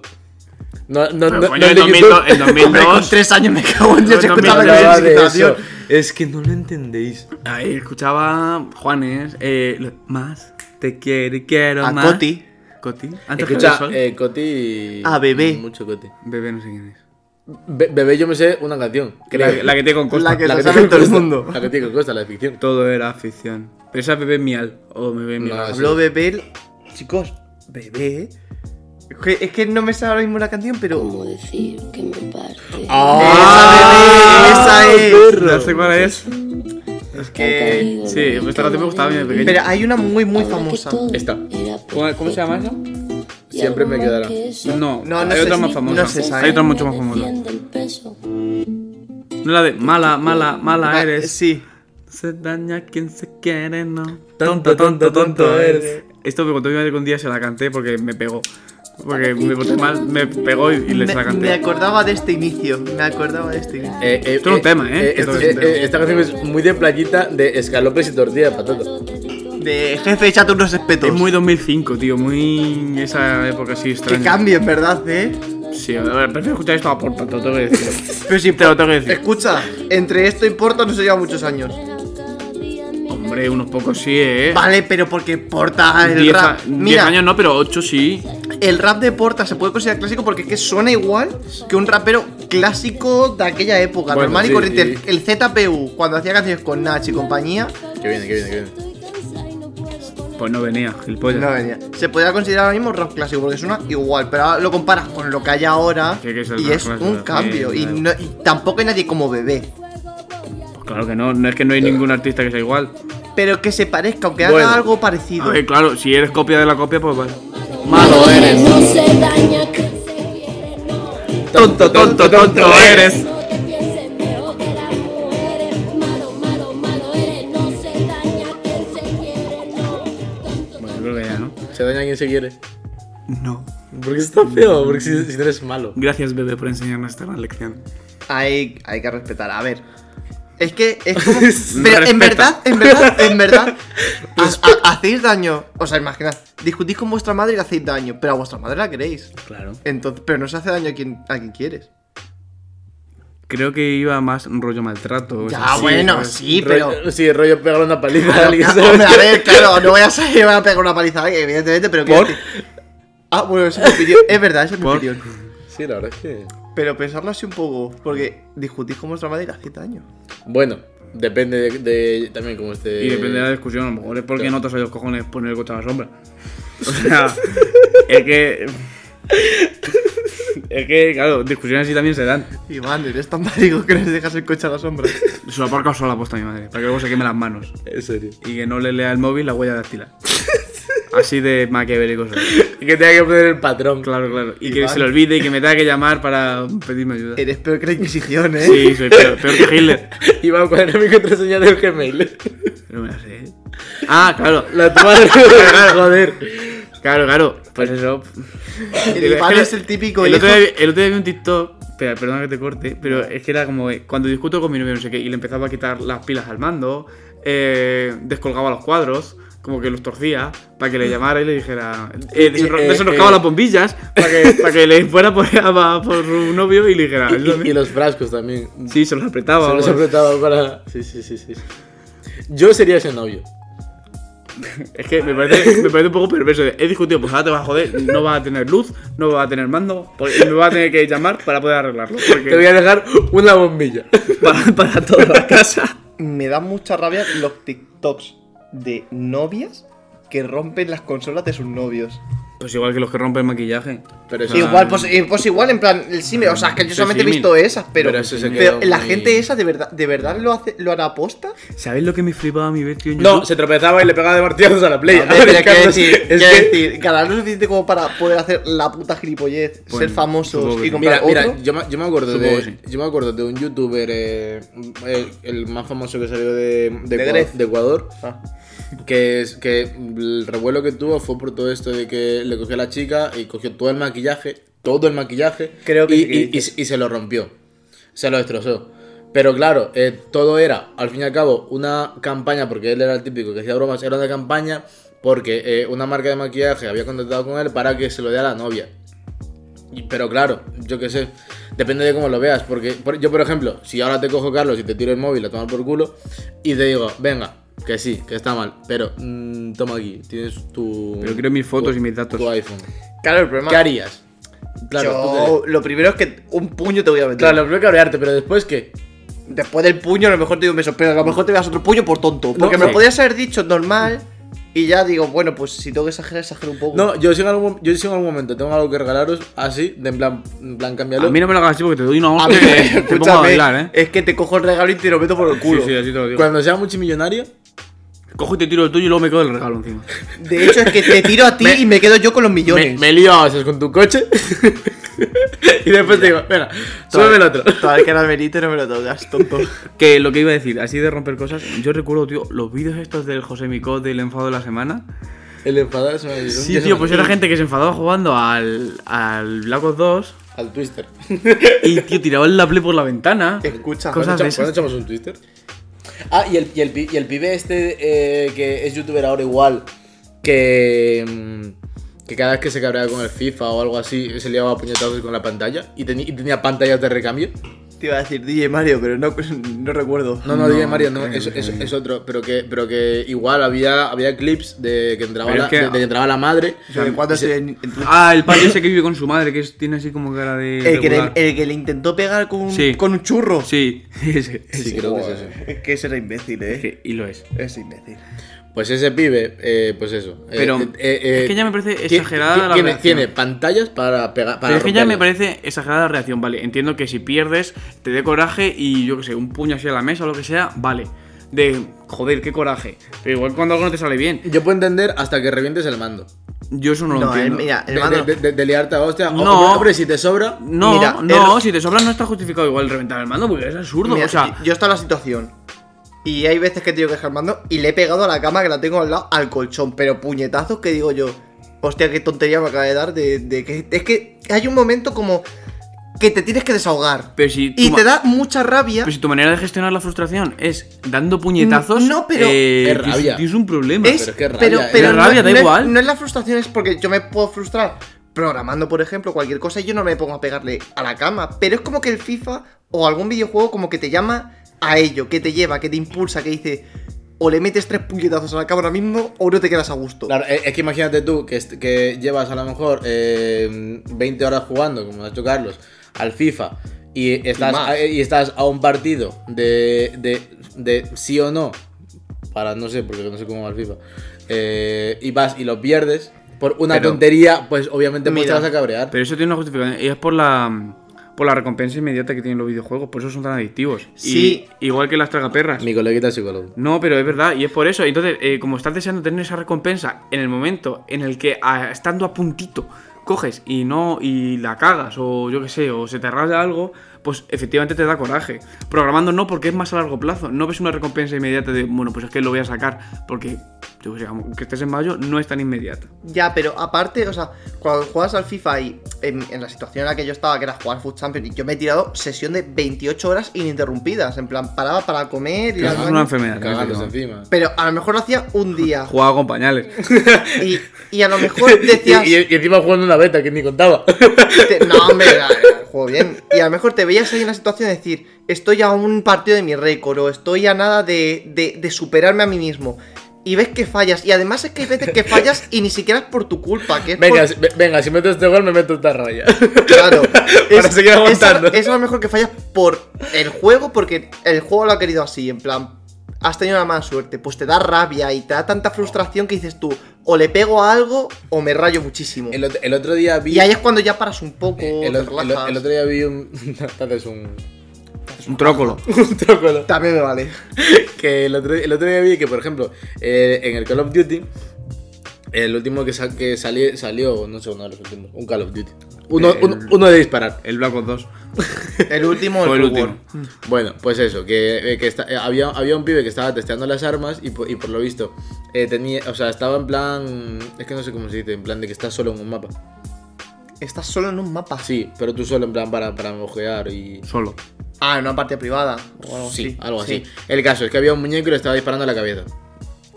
Speaker 3: No, no,
Speaker 1: Pero,
Speaker 3: no,
Speaker 1: coño,
Speaker 3: no
Speaker 1: en
Speaker 3: el de
Speaker 1: 2000
Speaker 3: YouTube.
Speaker 1: en
Speaker 2: Hombre, con
Speaker 1: 2002
Speaker 2: tres años me cago en Dios.
Speaker 1: No, no
Speaker 2: escuchaba
Speaker 1: me
Speaker 2: la
Speaker 1: acordaba
Speaker 2: canción
Speaker 3: Hablaba de
Speaker 2: de
Speaker 3: eso.
Speaker 2: Tentación.
Speaker 3: Es que no lo entendéis.
Speaker 1: Ahí escuchaba Juanes eh, lo- Más Te quiero y quiero
Speaker 2: A
Speaker 1: más
Speaker 2: Coti.
Speaker 1: Coti Antes que el
Speaker 3: Escucha,
Speaker 1: sol
Speaker 3: eh, Coti.
Speaker 2: Ah, Bebé.
Speaker 3: Mucho Coti.
Speaker 1: Bebé no sé quién es
Speaker 3: Be- bebé, yo me sé una canción.
Speaker 1: Que la, la que tiene con Costa
Speaker 2: la que
Speaker 3: la
Speaker 2: se
Speaker 3: que
Speaker 2: sabe
Speaker 3: tiene
Speaker 2: todo el
Speaker 3: Costa-
Speaker 2: mundo.
Speaker 3: La que tiene con Costa, la de ficción.
Speaker 1: Todo era afición Pero esa es Bebé Mial O Bebé Mial
Speaker 3: No, sí.
Speaker 2: Habló Bebé. Chicos, Bebé. Es que, es que no me sabe ahora mismo la canción, pero.
Speaker 5: ¿Cómo decir que me parte?
Speaker 1: Ah, Eh,
Speaker 2: ¡Esa Bebé! ¡Esa es!
Speaker 1: No sé cuál es
Speaker 2: Es que.
Speaker 1: sí, pues esta canción me gustaba a mí de pequeño.
Speaker 2: Pero hay una muy, muy famosa.
Speaker 3: Esta.
Speaker 1: ¿Cómo, cómo se llama esa?
Speaker 3: Siempre me quedará. Eh,
Speaker 1: No,
Speaker 2: No, no
Speaker 1: hay
Speaker 2: sé
Speaker 1: otra
Speaker 2: si-
Speaker 1: más famosa
Speaker 2: no sé esa,
Speaker 1: Hay
Speaker 2: ¿eh?
Speaker 1: otra mucho más famosa No la de Mala, mala, mala
Speaker 2: Ah,
Speaker 1: eres
Speaker 2: Sí.
Speaker 1: Se daña quien se quiere, no.
Speaker 3: Tonto, tonto, tonto eres.
Speaker 1: Esto me contó mi madre que un día se la canté porque me pegó. Porque me porté mal, me pegó y, y
Speaker 2: Me,
Speaker 1: les la
Speaker 2: me
Speaker 1: canté.
Speaker 2: acordaba de este inicio. Me acordaba de este inicio.
Speaker 3: Eh, eh,
Speaker 1: Esto es un
Speaker 3: eh,
Speaker 1: tema, ¿eh? Esto
Speaker 3: esto-
Speaker 1: es un
Speaker 3: eh,
Speaker 1: tema.
Speaker 3: eh, esta canción es muy de playita de escalopes y tortilla de patata.
Speaker 2: De jefe, échate unos espetos.
Speaker 1: Es muy 2005, tío, muy esa época así extraña.
Speaker 2: Que cambio, en verdad, ¿eh?
Speaker 1: Sí, a ver, prefiero escuchar esto a Porta, te lo tengo que decir.
Speaker 2: Pero si
Speaker 1: Te lo tengo que decir.
Speaker 2: Escucha, entre esto y Porta no se lleva muchos años.
Speaker 1: Hombre, unos pocos sí, ¿eh?
Speaker 2: Vale, pero porque Porta el
Speaker 1: Diez a-
Speaker 2: rap.
Speaker 1: diez
Speaker 2: Mira,
Speaker 1: años no, pero 8 sí.
Speaker 2: el rap de Porta se puede considerar clásico porque es que suena igual que un rapero clásico de aquella época,
Speaker 3: Bueno,
Speaker 2: normal
Speaker 3: sí,
Speaker 2: y corriente.
Speaker 3: y-
Speaker 2: El ZPU, cuando hacía canciones con Nach y compañía,
Speaker 3: Que viene, que viene, que viene.
Speaker 1: Pues no venía, gilipollas.
Speaker 2: no venía. Se podía considerar ahora mismo rap clásico porque suena igual, pero ahora lo comparas con lo que hay ahora
Speaker 1: Sí, que es el
Speaker 2: y
Speaker 1: rap
Speaker 2: es
Speaker 1: clásico,
Speaker 2: un
Speaker 1: sí,
Speaker 2: cambio. Y,
Speaker 1: claro.
Speaker 2: no- y tampoco hay nadie como bebé.
Speaker 1: Pues claro que no, no es que no hay ningún artista que sea igual.
Speaker 2: Pero que se parezca, aunque haga
Speaker 3: Bueno.
Speaker 2: algo
Speaker 1: A
Speaker 2: parecido.
Speaker 1: ver, claro, si eres copia de la copia, pues vale.
Speaker 5: Malo eres. No se daña que se quiere, no.
Speaker 1: Tonto, tonto, tonto eres.
Speaker 5: No te pienses mejor que las mujeres. Malo, malo, malo eres. No se daña que se quiere, no. Tonto,
Speaker 1: Bueno, yo creo que ya, ¿no?
Speaker 3: Se daña quien se quiere.
Speaker 1: No.
Speaker 3: Porque está feo, porque si, si no eres malo.
Speaker 1: Gracias, bebé, por enseñarnos esta gran lección.
Speaker 2: Hay, hay que respetar. A ver. Es que es como. Pero
Speaker 1: Respeta.
Speaker 2: en verdad, en verdad, en verdad. ha- ha- hacéis daño. O sea, imaginad. Discutís con vuestra madre y le hacéis daño. Pero a vuestra madre la queréis.
Speaker 1: Claro.
Speaker 2: Entonces, pero no se hace daño a quien, a quien quieres.
Speaker 1: Creo que iba más rollo maltrato. o sea,
Speaker 2: ya, bueno,
Speaker 1: pues,
Speaker 2: sí,
Speaker 3: Ro-
Speaker 2: pero.
Speaker 3: Sí, rollo pegar una paliza a alguien,
Speaker 2: Ya,
Speaker 3: ¿sabes?
Speaker 2: hombre, a ver, claro, no voy a salir a pegar una paliza, eh, evidentemente, pero
Speaker 3: ¿Por?
Speaker 2: que. Ah, bueno, esa es mi opinión. Es verdad, esa es mi
Speaker 1: Por.
Speaker 2: opinión.
Speaker 3: Sí, la verdad es que.
Speaker 2: Pero pensarlo así un poco, porque discutís con vuestra madre y le hacéis daño.
Speaker 3: Bueno, depende de, de- también cómo esté.
Speaker 1: Y depende de la discusión, a lo mejor es porque
Speaker 3: claro.
Speaker 1: no te has los cojones poner el coche a la sombra. O sea, es que. Es que, claro, discusiones así también se dan.
Speaker 2: Iván, eres tan marico que les dejas el coche a la sombra.
Speaker 1: Se lo aparco sola puesta a mi madre, para que luego se queme las manos.
Speaker 3: En serio.
Speaker 1: Y que no le lea el móvil la huella dactilar. Así de maquiavélico soy.
Speaker 3: Y que tenga que poner el patrón.
Speaker 1: Claro, claro. Y que
Speaker 2: Iván.
Speaker 1: se lo olvide y que me tenga que llamar para pedirme ayuda.
Speaker 2: Eres peor que la Inquisición, ¿eh?
Speaker 1: Sí, soy peor, peor que Hitler.
Speaker 3: Y va a poner mi contraseña del Gmail.
Speaker 1: No me la sé. Ah, claro.
Speaker 3: La tu madre, joder.
Speaker 1: Claro, claro. Pues eso.
Speaker 2: El Iván es el típico
Speaker 1: El
Speaker 2: hijo.
Speaker 1: otro, día, vi- el otro día vi un TikTok, espera, perdona que te corte, pero es que era como que cuando discuto con mi novio, no sé qué, y le empezaba a quitar las pilas al mando, eh, descolgaba los cuadros, como que los torcía, para que le llamara y le dijera. Eh, desenro-
Speaker 3: eh,
Speaker 1: desenroscaba
Speaker 3: eh.
Speaker 1: las bombillas, para que, para que le fuera por, a- por su novio y le dijera.
Speaker 3: Ah,
Speaker 1: ayúdame.
Speaker 3: Y, y los frascos también.
Speaker 1: Sí, se los apretaba.
Speaker 3: Se
Speaker 1: o
Speaker 3: los
Speaker 1: algo así.
Speaker 3: apretaba para. Oh, Sí, sí, sí, sí. Yo sería ese novio.
Speaker 1: Es que me parece, me parece un poco perverso. He discutido, pues ahora te vas a joder, no vas a tener luz, no vas a tener mando, porque- y me vas a tener que llamar para poder arreglarlo. porque-
Speaker 3: Te voy a dejar una bombilla.
Speaker 1: para, para toda la casa.
Speaker 2: Me da mucha rabia los TikToks de novias que rompen las consolas de sus novios.
Speaker 1: Pues igual que los que rompen maquillaje.
Speaker 3: Pero eso-
Speaker 2: Igual, pues, eh, pues igual, en plan, el símil. O sea, que yo
Speaker 1: Sí,
Speaker 2: solamente he
Speaker 1: símil.
Speaker 2: visto esas, pero,
Speaker 3: Pero eso se
Speaker 2: pero
Speaker 3: quedó
Speaker 2: la
Speaker 3: muy-
Speaker 2: gente esa de verdad, de verdad lo hace, lo hará aposta.
Speaker 1: ¿Sabéis lo que me flipaba a mi ver, tío? en
Speaker 3: No,
Speaker 1: YouTube?
Speaker 3: se tropezaba y le pegaba de martillazos a la play.
Speaker 2: A ver, pero quiero
Speaker 3: Carlos,
Speaker 2: decir,
Speaker 3: es
Speaker 2: quiero
Speaker 3: que-
Speaker 2: decir, ganar lo suficiente como para poder hacer la puta gilipollez,
Speaker 1: Bueno,
Speaker 2: ser famosos
Speaker 1: supongo que
Speaker 2: y
Speaker 1: sí.
Speaker 2: comprar
Speaker 3: Mira, mira,
Speaker 2: otro.
Speaker 3: yo me, yo me acuerdo
Speaker 1: Supongo
Speaker 3: de,
Speaker 1: que sí.
Speaker 3: yo me acuerdo de un youtuber, eh, el, el más famoso que salió de, de,
Speaker 2: De
Speaker 3: Ecua-
Speaker 2: Grez.
Speaker 3: de Ecuador,
Speaker 2: Ah.
Speaker 3: que es que el revuelo que tuvo fue por todo esto de que le cogió a la chica y cogió todo el maquillaje, todo el maquillaje,
Speaker 2: Creo que
Speaker 3: y,
Speaker 2: sí que
Speaker 3: y- y-
Speaker 2: dices.
Speaker 3: y se lo rompió, se lo destrozó. Pero claro, eh, todo era, al fin y al cabo, una campaña, porque él era el típico que hacía bromas, era una campaña porque eh, una marca de maquillaje había contactado con él para que se lo dé a la novia. Y- Pero claro, yo qué sé, depende de cómo lo veas. Porque por- yo, por ejemplo, si ahora te cojo Carlos y te tiro el móvil a tomar por culo y te digo, venga, que sí, que está mal, pero mm, toma aquí, tienes tu.
Speaker 1: Pero quiero mis fotos
Speaker 3: tu-
Speaker 1: y mis datos.
Speaker 3: Tu iPhone.
Speaker 2: Claro, el problema.
Speaker 3: ¿Qué harías? Claro, tú
Speaker 2: yo, lo primero es que un puño te voy a
Speaker 3: te-
Speaker 2: meter.
Speaker 3: claro, lo primero que cabrearte, pero después qué?
Speaker 2: Después del puño, a lo mejor te doy un beso, pero a lo mejor te das otro puño por tonto. Porque me
Speaker 1: sí.
Speaker 2: lo podías haber dicho normal y ya digo, bueno, pues si tengo que exagerar, exagero un poco.
Speaker 3: No, yo si en algún, yo si en algún momento tengo algo que regalaros así, de en plan, en plan cambiarlo.
Speaker 1: A mí no me lo hagas así porque te doy una
Speaker 2: A
Speaker 1: hostia
Speaker 2: ver,
Speaker 1: y te- te pongo a
Speaker 2: escúchame,
Speaker 1: bailar, ¿eh?
Speaker 2: es que te cojo el regalo y te lo meto por el
Speaker 1: Sí,
Speaker 2: culo.
Speaker 1: sí, así te lo digo.
Speaker 3: Cuando sea multimillonario,
Speaker 1: Cojo y te tiro el tuyo y luego me quedo el regalo encima.
Speaker 2: De hecho, es que te tiro a ti y me quedo yo con los
Speaker 3: me,
Speaker 2: millones.
Speaker 3: me lío a veces con tu coche y después te digo, venga, súbeme el otro.
Speaker 2: Todavía que era verito no me lo tocas, tonto.
Speaker 1: Que lo que iba a decir, así de romper cosas, yo recuerdo, tío, los vídeos estos del José Micó del enfado de la semana.
Speaker 3: El enfadado se me olvidó.
Speaker 1: Sí,
Speaker 3: Ya se
Speaker 1: tío,
Speaker 3: me
Speaker 1: pues
Speaker 3: olvidó.
Speaker 1: era gente que se enfadaba jugando al, al Black Ops 2
Speaker 3: Al Twister.
Speaker 1: y, tío, tiraba el play por la ventana. Cosa-
Speaker 2: Escucha,
Speaker 3: ¿Cuándo,
Speaker 1: Cosas de
Speaker 3: echa- cuándo
Speaker 1: esas.
Speaker 3: echamos un Twister? Ah, y el, y el, pi- y el pibe este eh, que es youtuber ahora igual, que, mm, que cada vez que se cabreaba con el FIFA o algo así, se liaba a puñetazos con la pantalla y, teni- y tenía pantallas de recambio.
Speaker 2: te iba a decir DJ Mario, pero no, no recuerdo.
Speaker 3: No, no,
Speaker 1: No,
Speaker 3: dije Mario, no,
Speaker 1: creo
Speaker 3: eso,
Speaker 1: que
Speaker 3: eso-
Speaker 1: no.
Speaker 3: es otro, pero que, pero que igual había, había clips de que entraba,
Speaker 1: Pero
Speaker 3: la,
Speaker 1: es que-
Speaker 3: de, de que entraba la madre.
Speaker 2: Yo de cuando estoy en, en-
Speaker 1: Ah, el padre ese que vive con su madre, que es- tiene así como cara de.
Speaker 2: el, Eh, que le,
Speaker 1: regular.
Speaker 2: el que le intentó pegar con un,
Speaker 1: Sí.
Speaker 2: con un churro.
Speaker 1: Sí, ese.
Speaker 3: Sí,
Speaker 1: ese.
Speaker 3: creo que es eso.
Speaker 2: Es que ese era imbécil, eh.
Speaker 1: Es que- y lo es.
Speaker 2: Ese imbécil.
Speaker 3: Pues ese pibe, eh, pues eso. eh,
Speaker 1: Pero
Speaker 3: eh, eh,
Speaker 1: es que ya me parece
Speaker 3: ti-
Speaker 1: exagerada
Speaker 3: ti-
Speaker 1: la
Speaker 3: tiene,
Speaker 1: reacción.
Speaker 3: tiene pantallas para pegar. Para
Speaker 1: Pero es que ya me
Speaker 3: romperlas.
Speaker 1: parece exagerada la reacción, vale. Entiendo que si pierdes, te dé coraje y yo que sé, un puño así a la mesa o lo que sea, vale. De joder, qué coraje. Pero igual cuando algo no te sale bien,
Speaker 3: Yo puedo entender hasta que revientes el mando.
Speaker 1: yo eso no lo
Speaker 2: No, él-
Speaker 1: entiendo.
Speaker 2: mira,
Speaker 3: De,
Speaker 2: el mando.
Speaker 3: de- de- de liarte a hostia.
Speaker 1: No.
Speaker 3: No, hombre, si te sobra.
Speaker 1: No,
Speaker 2: mira,
Speaker 1: no,
Speaker 2: el-
Speaker 1: si te sobra no está justificado igual reventar el mando porque es absurdo.
Speaker 2: Mira,
Speaker 1: o sea,
Speaker 2: yo he estado en la situación. Y hay veces que he tenido que dejar el mando y le he pegado a la cama que la tengo al lado al colchón. Pero puñetazos que digo yo. Hostia, qué tontería me acaba de dar de, de que. Es que hay un momento como que te tienes que desahogar.
Speaker 1: Pero si
Speaker 2: y
Speaker 1: tú ma-
Speaker 2: te da mucha rabia.
Speaker 1: pero si tu manera de gestionar la frustración es dando puñetazos,
Speaker 2: No, pero-
Speaker 1: eh,
Speaker 3: Es
Speaker 1: tienes-
Speaker 3: rabia.
Speaker 1: tienes un problema.
Speaker 2: es,
Speaker 3: pero es que rabia,
Speaker 2: pero,
Speaker 3: eh.
Speaker 2: pero
Speaker 1: Es
Speaker 2: no,
Speaker 1: rabia, da
Speaker 2: no es-
Speaker 1: igual.
Speaker 2: no es la frustración, es porque yo me puedo frustrar programando, por ejemplo, cualquier cosa y yo no me pongo a pegarle a la cama. Pero es como que el FIFA o algún videojuego como que te llama a ello, que te lleva, que te impulsa, que dice o le metes tres puñetazos a la cama ahora mismo o no te quedas a gusto.
Speaker 3: Claro, e, es es que imagínate tú que, est- que llevas a lo mejor eh, 20 horas jugando, como ha hecho Carlos, al FIFA y estás,
Speaker 2: Y más.
Speaker 3: a, y estás a un partido de, de, de sí o no, para no sé, porque no sé cómo va el FIFA, eh, y vas y lo pierdes por una
Speaker 1: Pero-
Speaker 3: tontería, pues obviamente pues, te
Speaker 2: Mira.
Speaker 3: vas a cabrear.
Speaker 1: Pero eso tiene una justificación. Y es por la. por la recompensa inmediata que tienen los videojuegos, por eso son tan adictivos. Y-
Speaker 2: Sí.
Speaker 1: igual que las tragaperras.
Speaker 3: Mi coleguita es psicólogo.
Speaker 1: No, pero es verdad, y es por eso. Entonces, eh, como estás deseando tener esa recompensa en el momento en el que, a- estando a puntito, coges y no y la cagas, o yo qué sé, o se te raya algo, pues efectivamente te da coraje. Programando no, porque es más a largo plazo. No ves una recompensa inmediata de, bueno, pues es que lo voy a sacar, porque, yo qué sé, aunque estés en mayo, no es tan inmediata.
Speaker 2: Ya, pero aparte, o sea, cuando juegas al FIFA y en, en la situación en la que yo estaba, que era jugar Food Champions, y yo me he tirado sesión de 28 horas ininterrumpidas. En plan, paraba para comer y
Speaker 1: Eso es una
Speaker 2: Pues
Speaker 1: enfermedad. ¿no?
Speaker 3: Cagándose encima.
Speaker 2: Pero a lo mejor lo hacía un día.
Speaker 1: Jugaba con pañales.
Speaker 2: y, y a lo mejor decías.
Speaker 3: Y, y- y encima jugando una beta que ni contaba.
Speaker 2: te- no, hombre, la- la- juego bien. Y a lo mejor te veías ahí en la situación de decir, estoy a un partido de mi récord, o estoy a nada de, de- de superarme a mí mismo. Y ves que fallas. Y además es que hay veces que fallas y ni siquiera es por tu culpa. Que es por-
Speaker 3: Venga, si, ve- venga, si meto este gol me meto esta raya.
Speaker 2: Claro.
Speaker 3: seguir aguantando.
Speaker 2: Es, a lo mejor que fallas por el juego, porque el juego lo ha querido así, en plan. Has tenido una mala suerte, pues te da rabia y te da tanta frustración que dices tú, o le pego a algo o me rayo muchísimo.
Speaker 3: El, ot- el otro día vi.
Speaker 2: Y ahí es cuando ya paras un poco,
Speaker 3: Eh, el,
Speaker 2: te
Speaker 3: ot- el ot-
Speaker 2: relajas.
Speaker 3: el otro día vi un. te haces un.
Speaker 1: Un trócolo.
Speaker 3: un trócolo.
Speaker 2: También me vale.
Speaker 3: que el otro, el otro día vi que, por ejemplo, eh, en el Call of Duty, el último que, sa- que sali- salió, no sé, uno de los últimos, un Call of Duty. Uno,
Speaker 1: El-
Speaker 3: uno- uno de disparar.
Speaker 1: El Black Ops 2.
Speaker 2: El último, el,
Speaker 1: Fue el
Speaker 2: Cold War.
Speaker 1: último.
Speaker 3: Bueno, pues eso, que, eh, que esta- eh, había, había un pibe que estaba testeando las armas y, po- y por lo visto eh, tenía, o sea, estaba en plan, es que no sé cómo se dice, en plan de que estás solo en un mapa.
Speaker 2: Estás solo en un mapa.
Speaker 3: Sí, pero tú solo en plan para, para mojear y...
Speaker 1: Solo.
Speaker 2: Ah, en una parte privada. O algo
Speaker 3: sí,
Speaker 2: así.
Speaker 3: algo así.
Speaker 2: Sí.
Speaker 3: El caso es que había un muñeco y le estaba disparando a la cabeza.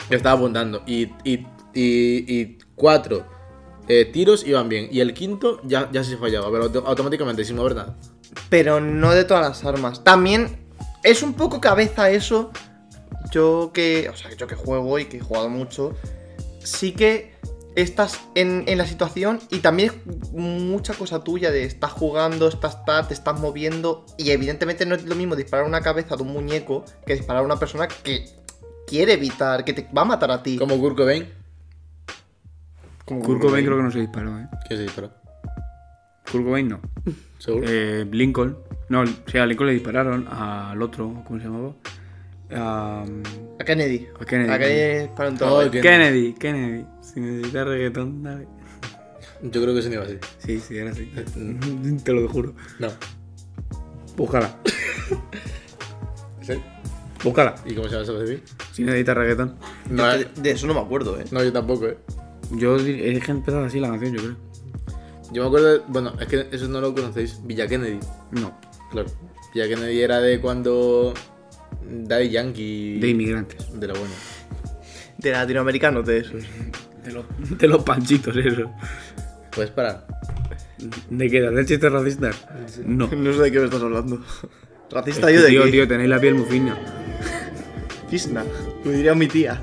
Speaker 3: Le estaba apuntando. Y, y, y, y cuatro eh, tiros iban bien. Y el quinto ya, ya se fallaba, pero auto- automáticamente, sin mover nada.
Speaker 2: Pero no de todas las armas. También es un poco cabeza eso. Yo que. O sea, yo que juego y que he jugado mucho. Sí que estás en, en la situación y también es mucha cosa tuya de estás jugando, estás tal, te estás moviendo. Y evidentemente no es lo mismo disparar una cabeza de un muñeco que disparar a una persona que quiere evitar, que te va a matar a ti.
Speaker 3: Como Kurt Cobain,
Speaker 2: Como-
Speaker 1: Kurt Cobain creo que no se disparó, ¿eh?
Speaker 3: que se disparó.
Speaker 1: Kurt Cobain no.
Speaker 3: Seguro.
Speaker 1: Eh, Lincoln. No, o sea, a Lincoln le dispararon al otro, ¿cómo se llamaba? A,
Speaker 2: A Kennedy.
Speaker 1: a Kennedy.
Speaker 2: A Kennedy para un
Speaker 3: Ay,
Speaker 2: todo.
Speaker 3: qué-
Speaker 1: Kennedy, Kennedy. Si necesitas reggaetón, dale.
Speaker 3: Yo creo que se me iba así.
Speaker 1: Sí, sí, era así. Te lo juro.
Speaker 3: No.
Speaker 1: Búscala,
Speaker 3: ¿Sí?
Speaker 1: búscala.
Speaker 3: ¿Y cómo se llama ese recibir?
Speaker 1: Si necesitas reggaetón.
Speaker 3: No,
Speaker 2: De, de eso no me acuerdo, eh.
Speaker 3: no, yo tampoco, eh.
Speaker 1: Yo dir- es que empezaba así la canción, yo creo.
Speaker 3: Yo me acuerdo, de- bueno, es que eso no lo conocéis, Villa Kennedy.
Speaker 1: No,
Speaker 3: Claro. Villa Kennedy era de cuando Daddy Yankee...
Speaker 1: de inmigrantes.
Speaker 3: De lo bueno.
Speaker 2: De latinoamericanos, de eso.
Speaker 1: De los, de los panchitos, eso.
Speaker 3: Puedes parar.
Speaker 1: ¿De qué? ¿De hacer chistes racistas? No.
Speaker 2: No sé de qué me estás hablando. Racista
Speaker 1: Es
Speaker 2: yo
Speaker 1: que,
Speaker 2: de
Speaker 1: tío,
Speaker 2: qué?
Speaker 1: tío, tenéis la piel muy fina.
Speaker 2: Cisna. Lo diría mi tía.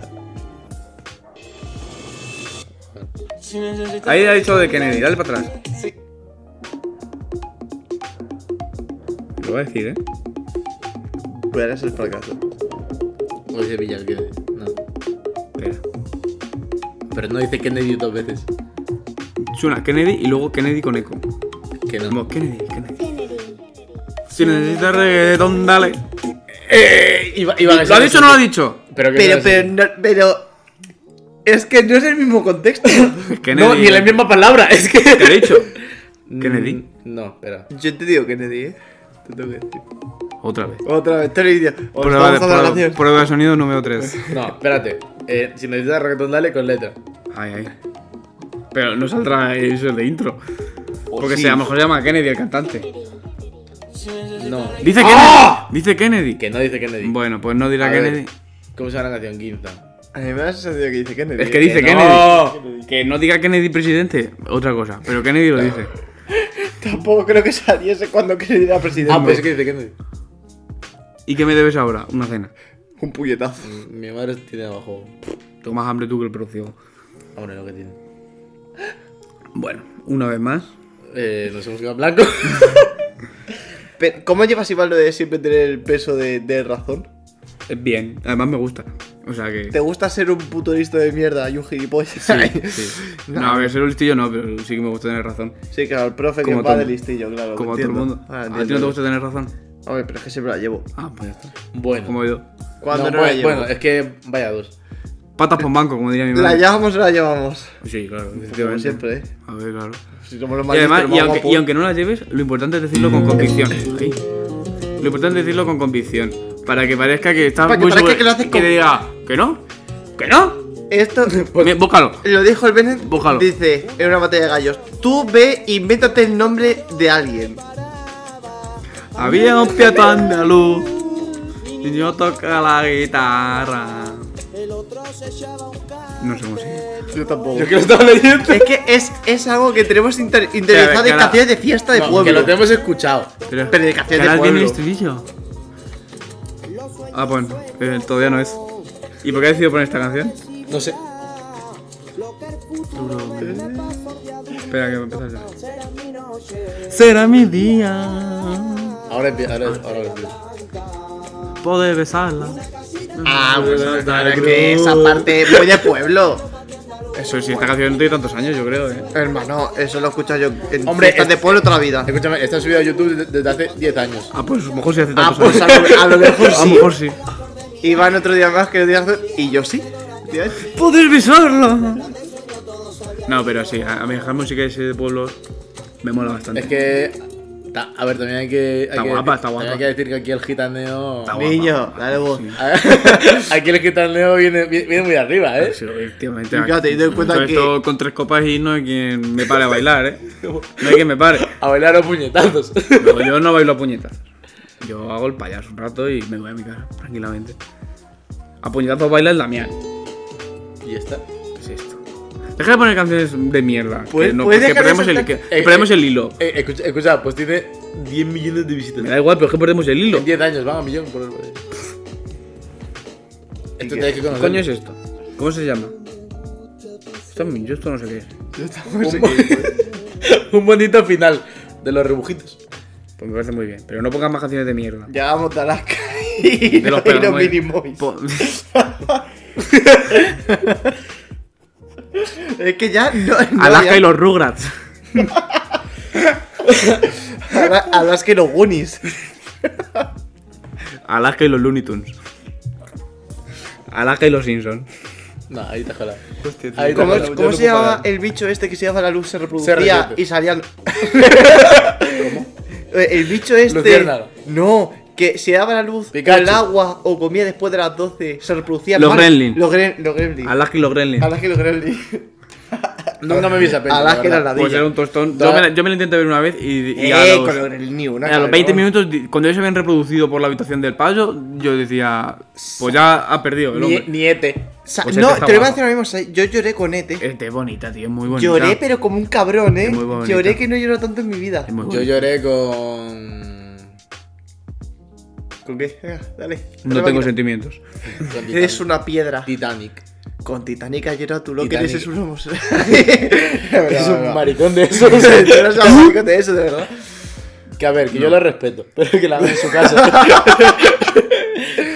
Speaker 1: Ahí ha dicho de Kennedy, dale para atrás.
Speaker 2: Sí.
Speaker 1: Lo voy a decir, ¿eh?
Speaker 2: Verás el fracaso.
Speaker 3: O dice Villa Kennedy. No.
Speaker 1: Espera.
Speaker 3: Pero no dice Kennedy dos veces.
Speaker 1: Suena Kennedy y luego Kennedy con eco.
Speaker 3: Que no.
Speaker 1: Como Kennedy, Kennedy. Si necesitas reggaetón, dale.
Speaker 3: Iba,
Speaker 1: ¿Lo ha dicho o no lo ha dicho?
Speaker 3: Pero, que
Speaker 2: Pero,
Speaker 3: Eh, no
Speaker 2: pero, no- pero. Es que no es el mismo contexto.
Speaker 1: Kennedy.
Speaker 3: No, ni la Mm. misma palabra. Es que.
Speaker 1: ¿Qué ha dicho? Kennedy.
Speaker 3: No, espera.
Speaker 2: Yo te digo Kennedy, eh. Te tengo que decir.
Speaker 1: Otra vez.
Speaker 2: Otra vez, te lo diría.
Speaker 3: Pues
Speaker 2: O
Speaker 1: Prueba de,
Speaker 2: estamos hablando
Speaker 1: prueba-
Speaker 2: de canción.
Speaker 1: prueba de sonido número 3.
Speaker 3: No, espérate. Eh, si necesitas reggaetón, dale con letra.
Speaker 1: Ay, ay. Pero no saldrá eso de intro. Porque
Speaker 2: sí.
Speaker 1: se- a lo mejor se llama Kennedy el cantante.
Speaker 3: No.
Speaker 1: Dice Kennedy.
Speaker 3: ¡Ah!
Speaker 1: Dice Kennedy.
Speaker 3: Que no dice Kennedy.
Speaker 1: Bueno, pues no dirá
Speaker 3: A ver.
Speaker 1: Kennedy.
Speaker 3: ¿Cómo se llama la canción? Quinta.
Speaker 2: A mí me da la sensación que dice Kennedy. ¿eh?
Speaker 1: Es que dice
Speaker 3: que no.
Speaker 1: Kennedy. Que no diga Kennedy presidente, otra cosa. Pero Kennedy lo dice.
Speaker 2: Tampoco creo que saliese cuando Kennedy era presidente.
Speaker 3: Ah, pues es que dice Kennedy.
Speaker 1: ¿Y qué me debes ahora? Una cena.
Speaker 2: Un puñetazo.
Speaker 3: Mm, Mi madre tiene abajo.
Speaker 1: Tengo más hambre tú que el producido.
Speaker 3: Ahora lo que tiene.
Speaker 1: Bueno, una vez más.
Speaker 3: Eh, nos hemos quedado en blanco.
Speaker 2: Pero, ¿Cómo llevas igual lo de siempre tener el peso de, de razón?
Speaker 1: Bien, además me gusta. O sea que.
Speaker 2: ¿Te gusta ser un puto listo de mierda y un gilipollas?
Speaker 1: Sí, sí. No, a ver, ser un listillo no, pero sí que me gusta tener razón.
Speaker 2: Sí, claro, el profe
Speaker 1: Como
Speaker 2: que va
Speaker 1: todo-
Speaker 2: de listillo, claro.
Speaker 1: Como a todo el
Speaker 2: entiendo.
Speaker 1: mundo.
Speaker 2: Ahora
Speaker 1: a ti no
Speaker 2: entiendo.
Speaker 1: te gusta tener razón.
Speaker 2: A ver, pero es que siempre la llevo.
Speaker 1: Ah, pues ya está.
Speaker 3: Bueno.
Speaker 1: Como yo.
Speaker 2: Cuando
Speaker 3: No,
Speaker 2: no, la
Speaker 3: bueno,
Speaker 2: llevo.
Speaker 3: bueno, es que vaya dos.
Speaker 1: Patas por banco, como diría mi
Speaker 2: ¿La
Speaker 1: madre.
Speaker 2: llevamos o la llevamos?
Speaker 1: Sí, claro,
Speaker 2: Como
Speaker 1: efectivamente.
Speaker 2: siempre, ¿eh?
Speaker 1: A ver, claro.
Speaker 2: Si somos los
Speaker 1: Y
Speaker 2: más
Speaker 1: además,
Speaker 2: listos,
Speaker 1: y
Speaker 2: los más
Speaker 1: aunque,
Speaker 2: guapos.
Speaker 1: y aunque no la lleves, lo importante es decirlo
Speaker 2: Mm.
Speaker 1: con convicción. Ahí. Lo importante es decirlo con convicción. Para que parezca que estás
Speaker 2: Para que
Speaker 1: muy
Speaker 2: parezca
Speaker 1: seguro-
Speaker 2: que lo haces con-
Speaker 1: te diga, ¿que no? ¿Que no?
Speaker 2: Esto
Speaker 1: Bien, búscalo.
Speaker 2: lo dijo el Bennett.
Speaker 1: Búscalo.
Speaker 2: Dice en una batalla de gallos: Tú ve, invéntate el nombre de alguien.
Speaker 1: Había un piato andaluz y yo tocaba la guitarra. No sé cómo se llama.
Speaker 2: Yo tampoco.
Speaker 3: Yo que lo estaba leyendo.
Speaker 2: Es que es, es algo que tenemos inter- interiorizado
Speaker 1: que
Speaker 2: en
Speaker 1: ahora-
Speaker 2: canciones de fiesta de
Speaker 3: No, que
Speaker 2: pueblo.
Speaker 3: lo tenemos escuchado.
Speaker 1: Pero,
Speaker 2: Pero de canción de
Speaker 1: ahora viene el
Speaker 2: pueblo.
Speaker 1: estribillo. Ah, bueno, eh, todavía no es. ¿Y por qué he decidido poner esta canción?
Speaker 3: No sé.
Speaker 1: Espera, que me empieza ya. Será mi día
Speaker 3: Ahora empie- ahora,
Speaker 1: Ah,
Speaker 3: ahora lo empiezo.
Speaker 1: poder besarla.
Speaker 2: Ah, pues ahora es que esa parte muy de pueblo.
Speaker 1: Eso sí, esta canción no tiene tantos años, yo creo, eh.
Speaker 2: Hermano, eso lo he escuchado yo en
Speaker 3: Hombre,
Speaker 2: fiestas
Speaker 3: este-
Speaker 2: de pueblo toda la vida.
Speaker 3: Escúchame, está subida a YouTube de- desde hace 10 años.
Speaker 1: Ah, pues a lo mejor sí hace
Speaker 2: Ah,
Speaker 1: tantos
Speaker 2: pues a
Speaker 1: años.
Speaker 2: lo, a lo mejor
Speaker 1: A lo
Speaker 2: sí.
Speaker 1: mejor sí.
Speaker 2: Iban otro día más que el día hace- y yo sí.
Speaker 1: ¡Poder besarla! No, pero sí, a a mí dejar música ese de pueblos me mola bastante.
Speaker 3: Es que. ta- a ver, también hay que. Hay
Speaker 1: Está
Speaker 3: que
Speaker 1: guapa, está
Speaker 3: también
Speaker 1: guapa.
Speaker 3: Hay que decir que aquí el gitaneo.
Speaker 1: Está guapa.
Speaker 2: Niño, dale vos.
Speaker 3: aquí el gitaneo viene, viene viene muy arriba, ¿eh?
Speaker 1: Sí, efectivamente.
Speaker 2: Y claro, teniendo en cuenta
Speaker 1: Todo
Speaker 2: que-
Speaker 1: esto con tres copas y no hay quien me pare a bailar, ¿eh? No hay quien me pare.
Speaker 3: A bailar a puñetazos.
Speaker 1: No, yo no bailo a puñetazos. Yo hago el payaso un rato y me voy a mi casa, tranquilamente. A puñetazos baila el Damián.
Speaker 3: y está.
Speaker 1: ¿Qué es esto? Deja de poner canciones de mierda.
Speaker 2: Pues-
Speaker 1: que no,
Speaker 2: puedes
Speaker 1: porque
Speaker 2: dejar de
Speaker 1: perdemos, el,
Speaker 2: saltar-
Speaker 3: Eh,
Speaker 1: que- que perdemos
Speaker 3: eh,
Speaker 1: el hilo.
Speaker 3: Eh, escucha, escucha, pues tiene 10 millones de
Speaker 1: Me
Speaker 3: visitas.
Speaker 1: da igual, pero es que perdemos el hilo.
Speaker 3: En 10 años, van a millón por el. Esto tienes que
Speaker 1: ¿Qué
Speaker 3: conocer.
Speaker 1: coño es esto? ¿Cómo se llama? Esto, es mi- yo esto no sé qué es.
Speaker 3: un,
Speaker 1: ¿eh?
Speaker 3: bo- un bonito final de los rebujitos.
Speaker 1: Pues me parece muy bien. Pero no pongas más canciones de mierda.
Speaker 2: Llegamos a Alaska y,
Speaker 1: De los
Speaker 2: y los
Speaker 1: peores,
Speaker 2: Minimoys.
Speaker 1: Po-
Speaker 2: Es que ya no. no
Speaker 1: Alaska
Speaker 2: había-
Speaker 1: y los Rugrats.
Speaker 2: Ala- Alaska y los Goonies.
Speaker 1: Alaska y los Looney Tunes. Alaska y los Simpsons.
Speaker 3: No, ahí te jala.
Speaker 2: ¿Cómo,
Speaker 3: Ahí te jala,
Speaker 2: cómo
Speaker 3: yo no
Speaker 2: se
Speaker 3: puedo
Speaker 2: llamaba
Speaker 3: parar.
Speaker 2: el bicho este que se llama la luz? Se reproducía
Speaker 3: CR7.
Speaker 2: y salían. Eh, El bicho este.
Speaker 3: Luciérnaga.
Speaker 2: No, que se daba la luz
Speaker 3: Pikachu.
Speaker 2: al agua o comía después de las 12. Se reproducía
Speaker 1: Los
Speaker 2: mal.
Speaker 1: Gremlin.
Speaker 2: Los, gre- los Gremlin.
Speaker 1: Alaska y los Gremlins.
Speaker 2: Alaska y los Gremlin.
Speaker 3: Nunca me vi esa peli.
Speaker 2: Alaska era la
Speaker 3: verdad.
Speaker 2: de-
Speaker 1: Pues era un tostón. Yo me, la, yo me la intenté ver una vez y, y a
Speaker 2: Eh,
Speaker 1: los,
Speaker 2: con los Gremlin ni una,
Speaker 1: a los
Speaker 2: cabrón.
Speaker 1: 20 minutos, di- cuando ellos se habían reproducido por la habitación del payo, yo decía, pues ya ha perdido el
Speaker 3: Nie-
Speaker 2: e,
Speaker 1: hombre.
Speaker 3: Niete.
Speaker 2: Sa-
Speaker 1: Pues este
Speaker 2: no,
Speaker 1: está
Speaker 2: te lo iba
Speaker 1: guapo.
Speaker 2: a decir ahora mismo. sa- Yo lloré con Ete.
Speaker 1: Este es bonita, tío, es muy bonita.
Speaker 2: Lloré, pero como un cabrón, eh.
Speaker 1: Es muy bonita.
Speaker 2: Lloré que no lloro tanto en mi vida.
Speaker 1: Es muy
Speaker 3: Yo
Speaker 1: bonita.
Speaker 3: lloré con.
Speaker 2: ¿Con qué? Venga, dale.
Speaker 1: No
Speaker 2: Dale,
Speaker 1: tengo
Speaker 2: máquina.
Speaker 1: sentiimientos.
Speaker 3: con
Speaker 2: Eres
Speaker 3: Titanic.
Speaker 2: una piedra.
Speaker 3: Titanic.
Speaker 2: Con Titanic ha llorado tú lo que
Speaker 3: Titanic.
Speaker 2: eres es un homosexual. es
Speaker 3: Es un maricón de esos.
Speaker 2: maricón. de eso, de verdad.
Speaker 3: Que a ver, que yo lo respeto, pero que la haga en su casa.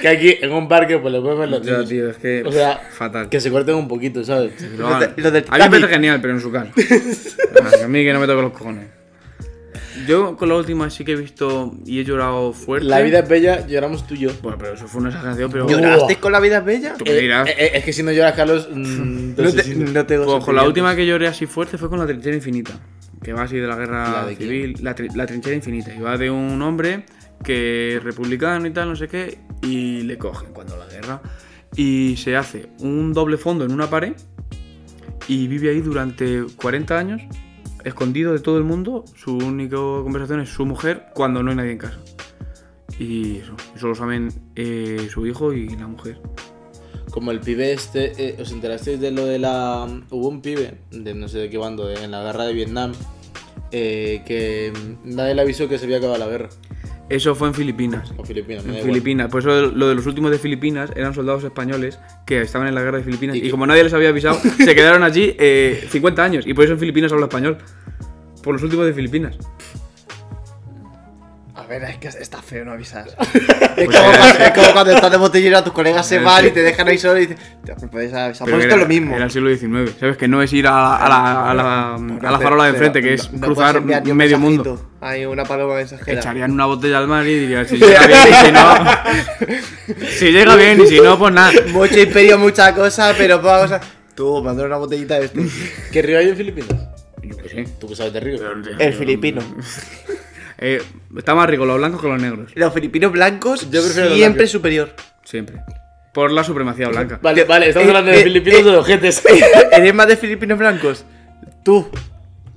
Speaker 3: que aquí, en un parque, pues le pueden ver los
Speaker 1: Ya,
Speaker 3: niños.
Speaker 1: tío, es que.
Speaker 3: O sea,
Speaker 1: fatal.
Speaker 3: Que se corten un poquito, ¿sabes?
Speaker 1: Lo hagan.
Speaker 2: Lo del
Speaker 1: a mí me parece
Speaker 2: Titanic.
Speaker 1: genial, pero en su casa. a mí que no me toque los cojones. Yo con la última sí que he visto y he llorado fuerte.
Speaker 3: La vida es bella, lloramos tú y yo.
Speaker 1: Bueno, pero eso fue una exageración, pero.
Speaker 3: Yo-
Speaker 2: ¿Lloraste con la vida es bella?
Speaker 1: Tú
Speaker 3: Eh,
Speaker 1: me dirás.
Speaker 3: eh, eh, es que si no lloras, Carlos. mm, te
Speaker 2: No te,
Speaker 3: asesino.
Speaker 2: no tengo
Speaker 1: Pues con la
Speaker 2: sentimientos.
Speaker 1: última que lloré así fuerte fue con la trinchera infinita. Que va así de la guerra
Speaker 3: ¿La de quién?
Speaker 1: civil. La, tri- la trinchera infinita. Y va de un hombre que es republicano y tal, no sé qué. Y le cogen cuando la guerra. Y se hace un doble fondo en una pared. Y vive ahí durante 40 años. Escondido de todo el mundo. Su única conversación es su mujer cuando no hay nadie en casa. Y eso. Eso lo saben eh, su hijo y la mujer.
Speaker 3: Como el pibe este, eh, ¿os enterasteis de lo de la. mm, Hubo un pibe, de no sé de qué bando, de- en la guerra de Vietnam, eh, que mm, nadie le avisó que se había acabado la guerra.
Speaker 1: Eso fue en Filipinas.
Speaker 3: O Filipinas, me da
Speaker 1: En
Speaker 3: igual.
Speaker 1: Filipinas, por eso lo de los últimos de Filipinas eran soldados españoles que estaban en la guerra de Filipinas
Speaker 3: Y
Speaker 1: y,
Speaker 3: que-
Speaker 1: como nadie les había avisado, se quedaron allí eh, 50 años y por eso en Filipinas habla español. Por los últimos de Filipinas.
Speaker 2: A ver, es que está feo no avisar. es, como cuando, es como cuando estás de botellero a tus colegas se van y te dejan ahí solo y dices, "Tío, pues podéis avisar. Pues esto es
Speaker 1: era-
Speaker 2: lo mismo.
Speaker 1: Era el siglo XIX. ¿Sabes? Que no es ir a la, a la, a la- a la farola de enfrente, que es
Speaker 2: No- no
Speaker 1: cruzar
Speaker 2: puedes enviar ni un
Speaker 1: medio
Speaker 2: mensajito.
Speaker 1: mundo.
Speaker 2: Hay una paloma mensajera.
Speaker 1: Echarían una botella al mar y dirían si llega bien y si no. si llega bien y si no, pues nada.
Speaker 2: Mucho imperio, mucha cosa, pero poca cosa. Tú, mandar una botellita de esto.
Speaker 1: este.
Speaker 3: ¿Qué río hay en Filipinas?
Speaker 1: Yo qué sé.
Speaker 3: ¿Tú que sabes de río?
Speaker 2: El filipino.
Speaker 1: Eh, está más rico los blancos que los negros.
Speaker 2: Los filipinos blancos
Speaker 3: Yo prefiero los
Speaker 2: siempre
Speaker 3: blancos.
Speaker 2: superior.
Speaker 1: Siempre. Por la supremacía blanca.
Speaker 3: Vale, vale, estamos
Speaker 2: Eh,
Speaker 3: hablando de
Speaker 2: eh,
Speaker 3: Filipinas
Speaker 2: eh.
Speaker 3: de ojetes.
Speaker 2: ¿Eres más de filipinos blancos? Tú,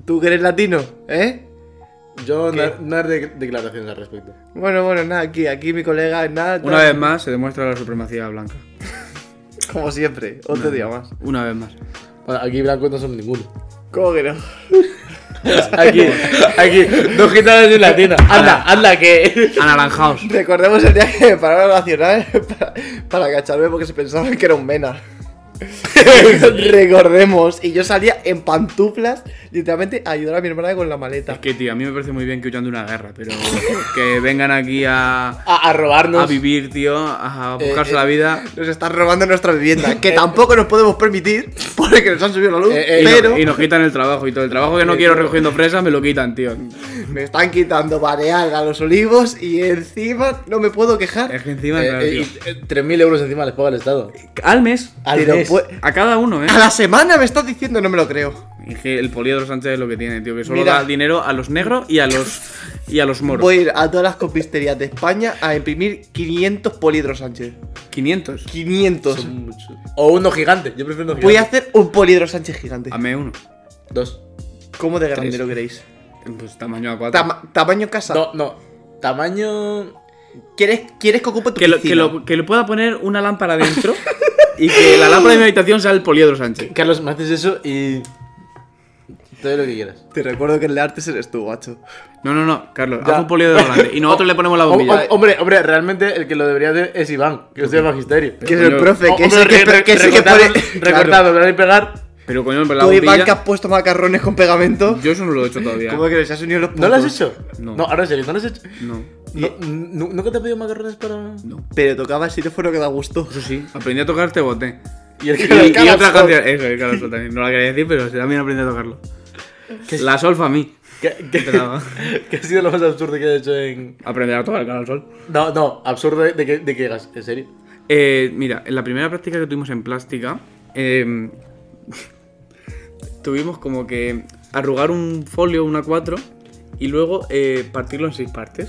Speaker 2: tú que eres latino, ¿eh?
Speaker 3: Yo no, no haré de- declaraciones al respecto.
Speaker 2: Bueno, bueno, nada, aquí, aquí mi colega, nada.
Speaker 1: Una vez más se demuestra la supremacía blanca.
Speaker 2: Como siempre, otro día más.
Speaker 1: Una vez más.
Speaker 3: Bueno, aquí blancos no son ninguno.
Speaker 2: ¿Cómo que no?
Speaker 3: Aquí, aquí, dos gitanos y un latino. Anda, anda, que.
Speaker 1: Anaranjaos.
Speaker 2: Recordemos el día que me pararon a nacional para, para cacharme porque se pensaban que era un mena. Recordemos. Y yo salía en pantuflas, literalmente, a ayudar a mi hermana con la maleta.
Speaker 1: Es que, tío, a mí me parece muy bien que huyan de una guerra, pero que vengan aquí a,
Speaker 3: A, a robarnos.
Speaker 1: a vivir, tío, a buscarse la vida.
Speaker 2: Nos están robando nuestra vivienda, que tampoco nos podemos permitir porque nos han subido la luz,
Speaker 3: Eh, eh,
Speaker 1: Y, no-
Speaker 2: pero
Speaker 1: y nos quitan el trabajo y todo. El trabajo que no quiero recogiendo fresas me lo quitan, tío.
Speaker 2: me están quitando a los olivos y encima no me puedo quejar.
Speaker 1: Es que encima,
Speaker 3: Eh,
Speaker 1: claro,
Speaker 3: eh,
Speaker 1: tío.
Speaker 3: y, eh, 3.000 euros encima les paga el Estado.
Speaker 1: Al mes,
Speaker 3: Al
Speaker 2: Pero
Speaker 3: mes.
Speaker 2: pue-
Speaker 1: a cada uno, ¿eh?
Speaker 2: A la semana me estás diciendo, no me lo creo.
Speaker 1: Es que el poliedro Sánchez es lo que tiene, tío, que solo
Speaker 2: Mira.
Speaker 1: da dinero a los negros y a los y a los moros.
Speaker 2: Voy a ir a todas las copisterías de España a imprimir 500 poliedros Sánchez.
Speaker 1: 500.
Speaker 2: 500.
Speaker 3: O uno gigante. Yo prefiero uno gigante.
Speaker 2: Voy a hacer un poliedro Sánchez gigante.
Speaker 1: Hame uno.
Speaker 3: Dos.
Speaker 2: ¿Cómo de grande
Speaker 1: Tres.
Speaker 2: lo queréis?
Speaker 1: Pues tamaño a cuatro.
Speaker 2: Tama- tamaño casa.
Speaker 3: No, no. Tamaño.
Speaker 2: ¿Quieres, ¿Quieres que ocupe tu
Speaker 1: que, lo, que,
Speaker 2: piscina?
Speaker 1: lo, que le pueda poner una lámpara dentro y que la lámpara de mi habitación sea el poliedro Sánchez.
Speaker 3: Carlos, me haces eso y. Te doy lo que quieras.
Speaker 2: Te recuerdo que el de artes eres tú, macho.
Speaker 1: No, no, no, Carlos,
Speaker 3: Ya.
Speaker 1: haz un poliedro grande y nosotros le ponemos la
Speaker 3: Hom-
Speaker 1: bombilla.
Speaker 3: hom- hombre, hombre, realmente el que lo debería hacer es Iván, que estudia magisterio.
Speaker 2: Que es el
Speaker 1: coño,
Speaker 2: profe,
Speaker 3: O-
Speaker 2: que es
Speaker 3: hombre,
Speaker 2: el que,
Speaker 3: re- re-
Speaker 2: que es el que
Speaker 3: recortado,
Speaker 2: pone-
Speaker 3: recortado, doblar y pegar.
Speaker 1: Pero coño, pero la
Speaker 2: Tú, Iván,
Speaker 1: bombilla.
Speaker 2: que has puesto macarrones con pegamento.
Speaker 1: Yo eso no lo he hecho todavía. ¿eh?
Speaker 2: ¿Cómo crees? ¿Has unido los puntos?
Speaker 3: ¿No lo has hecho?
Speaker 1: No.
Speaker 3: ahora en serio, ¿no lo has hecho?
Speaker 1: No,
Speaker 3: No, nu- ¿Nunca te he pedido macarrones para.?
Speaker 1: no.
Speaker 2: Pero tocaba el teléfono que da gusto.
Speaker 1: Eso sí, aprendí a tocar este bote.
Speaker 3: Y el
Speaker 1: Y,
Speaker 3: que
Speaker 1: y
Speaker 3: lo
Speaker 1: otra canción, eso, el Carlos también. No la quería decir, pero también aprendí a tocarlo. La solfa a mí.
Speaker 3: ¿Qué, qué-
Speaker 1: Pero-
Speaker 3: qué ha sido lo más absurdo que has hecho en.?
Speaker 1: Aprender a tocar el al sol.
Speaker 3: No, no, absurdo de, de que, de que digas, en serio.
Speaker 1: Eh, mira, en la primera práctica que tuvimos en plástica, eh, tuvimos como que arrugar un folio, una 4, y luego eh, partirlo en seis partes.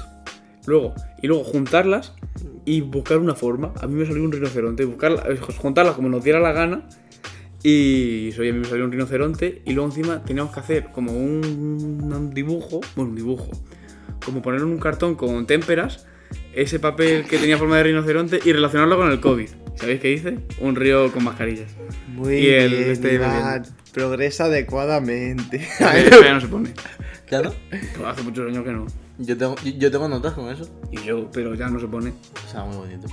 Speaker 1: Luego, y luego juntarlas y buscar una forma. A mí me salió un rinoceronte, buscarla, eh, juntarlas como nos diera la gana. Y eso, y a mí me salió un rinoceronte. Y luego encima teníamos que hacer como un, un dibujo, bueno, un dibujo, como poner en un cartón con témperas ese papel que tenía forma de rinoceronte y relacionarlo con el COVID. ¿Sabéis qué hice? Un río con mascarillas.
Speaker 2: Muy
Speaker 1: Y el-
Speaker 2: bien,
Speaker 1: este
Speaker 2: Iván. Progresa adecuadamente.
Speaker 1: Pero eso ya no se pone.
Speaker 3: ¿Ya no?
Speaker 1: Pero hace muchos años que no.
Speaker 3: Yo tengo, yo, yo tengo notas con eso.
Speaker 1: Y yo, pero ya no se pone.
Speaker 3: O sea, muy bonito.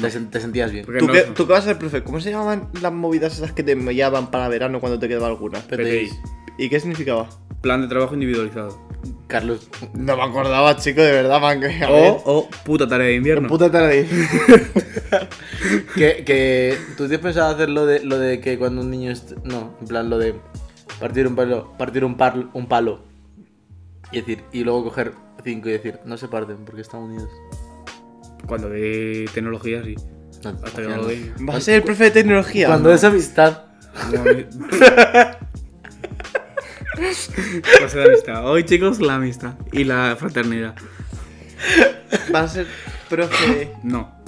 Speaker 3: Te, sen- te sentías bien.
Speaker 1: Porque
Speaker 2: ¿Tú,
Speaker 1: no
Speaker 2: qué,
Speaker 1: es-
Speaker 2: tú qué vas a ser profe? ¿Cómo se llamaban las movidas esas que te enviaban para verano cuando te quedaba alguna?
Speaker 3: PTI.
Speaker 2: ¿Y qué significaba?
Speaker 1: Plan de trabajo individualizado.
Speaker 3: Carlos.
Speaker 2: No me acordaba, chico, de verdad, man. que- a ver.
Speaker 1: O, o ¿eh? puta tarea de invierno.
Speaker 2: Puta tarde.
Speaker 3: Que, que tú tienes pensado hacer lo de, lo de que cuando un niño est- no, en plan lo de partir un palo, partir un, par- un palo y decir y luego coger cinco y decir no se parten porque están unidos.
Speaker 1: Cuando de tecnología, sí.
Speaker 3: No,
Speaker 1: Hasta que no lo den.
Speaker 2: ¿Va a ser el profe de tecnología?
Speaker 3: Cuando es amistad.
Speaker 1: Clase de amistad. Hoy, chicos, la amistad y la fraternidad.
Speaker 2: Va a ser profe.
Speaker 1: No.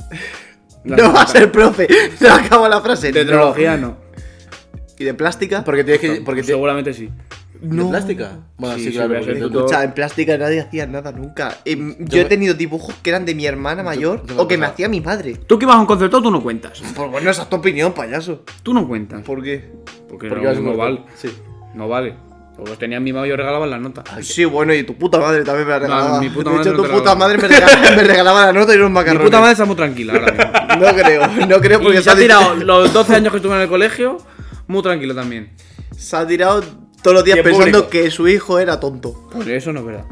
Speaker 1: La
Speaker 2: No va a
Speaker 1: fraternidad.
Speaker 2: ser profe. Se me acabó la frase.
Speaker 1: De tecnología, no.
Speaker 2: No. ¿Y de plástica?
Speaker 3: Porque tienes que porque te-
Speaker 1: Seguramente sí.
Speaker 3: ¿De plástica. Bueno,
Speaker 1: Sí,
Speaker 3: sí,
Speaker 1: sí,
Speaker 3: claro.
Speaker 1: voy a
Speaker 3: porque
Speaker 1: hacer
Speaker 3: tú-
Speaker 1: todo.
Speaker 2: Escucha, en plástica nadie hacía nada nunca. Em, yo, he
Speaker 3: me-
Speaker 2: tenido dibujos que eran de mi hermana mayor
Speaker 3: yo me
Speaker 2: o que me
Speaker 3: acordaba.
Speaker 2: hacía mi madre.
Speaker 1: Tú que vas a un concierto, tú no cuentas.
Speaker 2: Pues bueno, esa es tu opinión, payaso.
Speaker 1: Tú no cuentas.
Speaker 2: ¿Por qué?
Speaker 1: Porque,
Speaker 3: porque
Speaker 1: no,
Speaker 3: vas a
Speaker 1: no
Speaker 3: un-
Speaker 1: vale.
Speaker 3: Sí.
Speaker 1: No vale. Porque los tenían mimados y os regalaban las notas.
Speaker 2: Sí, bueno, y tu puta madre también me la regalaba.
Speaker 1: mi puta
Speaker 2: de
Speaker 1: madre
Speaker 2: hecho,
Speaker 1: no
Speaker 2: tu
Speaker 1: te
Speaker 2: puta
Speaker 1: regalaba.
Speaker 2: madre me regalaba, me regalaba la nota y unos
Speaker 1: Mi
Speaker 2: macarrones.
Speaker 1: puta madre está muy tranquila ahora mismo.
Speaker 2: No creo, no creo porque
Speaker 1: Y se ha
Speaker 2: dic-
Speaker 1: tirado los 12 años que estuve en el colegio muy tranquilo también.
Speaker 2: se ha tirado todos los días
Speaker 1: Y en
Speaker 2: pensando
Speaker 1: público.
Speaker 2: que su hijo era tonto.
Speaker 1: Por Pues eso no es verdad.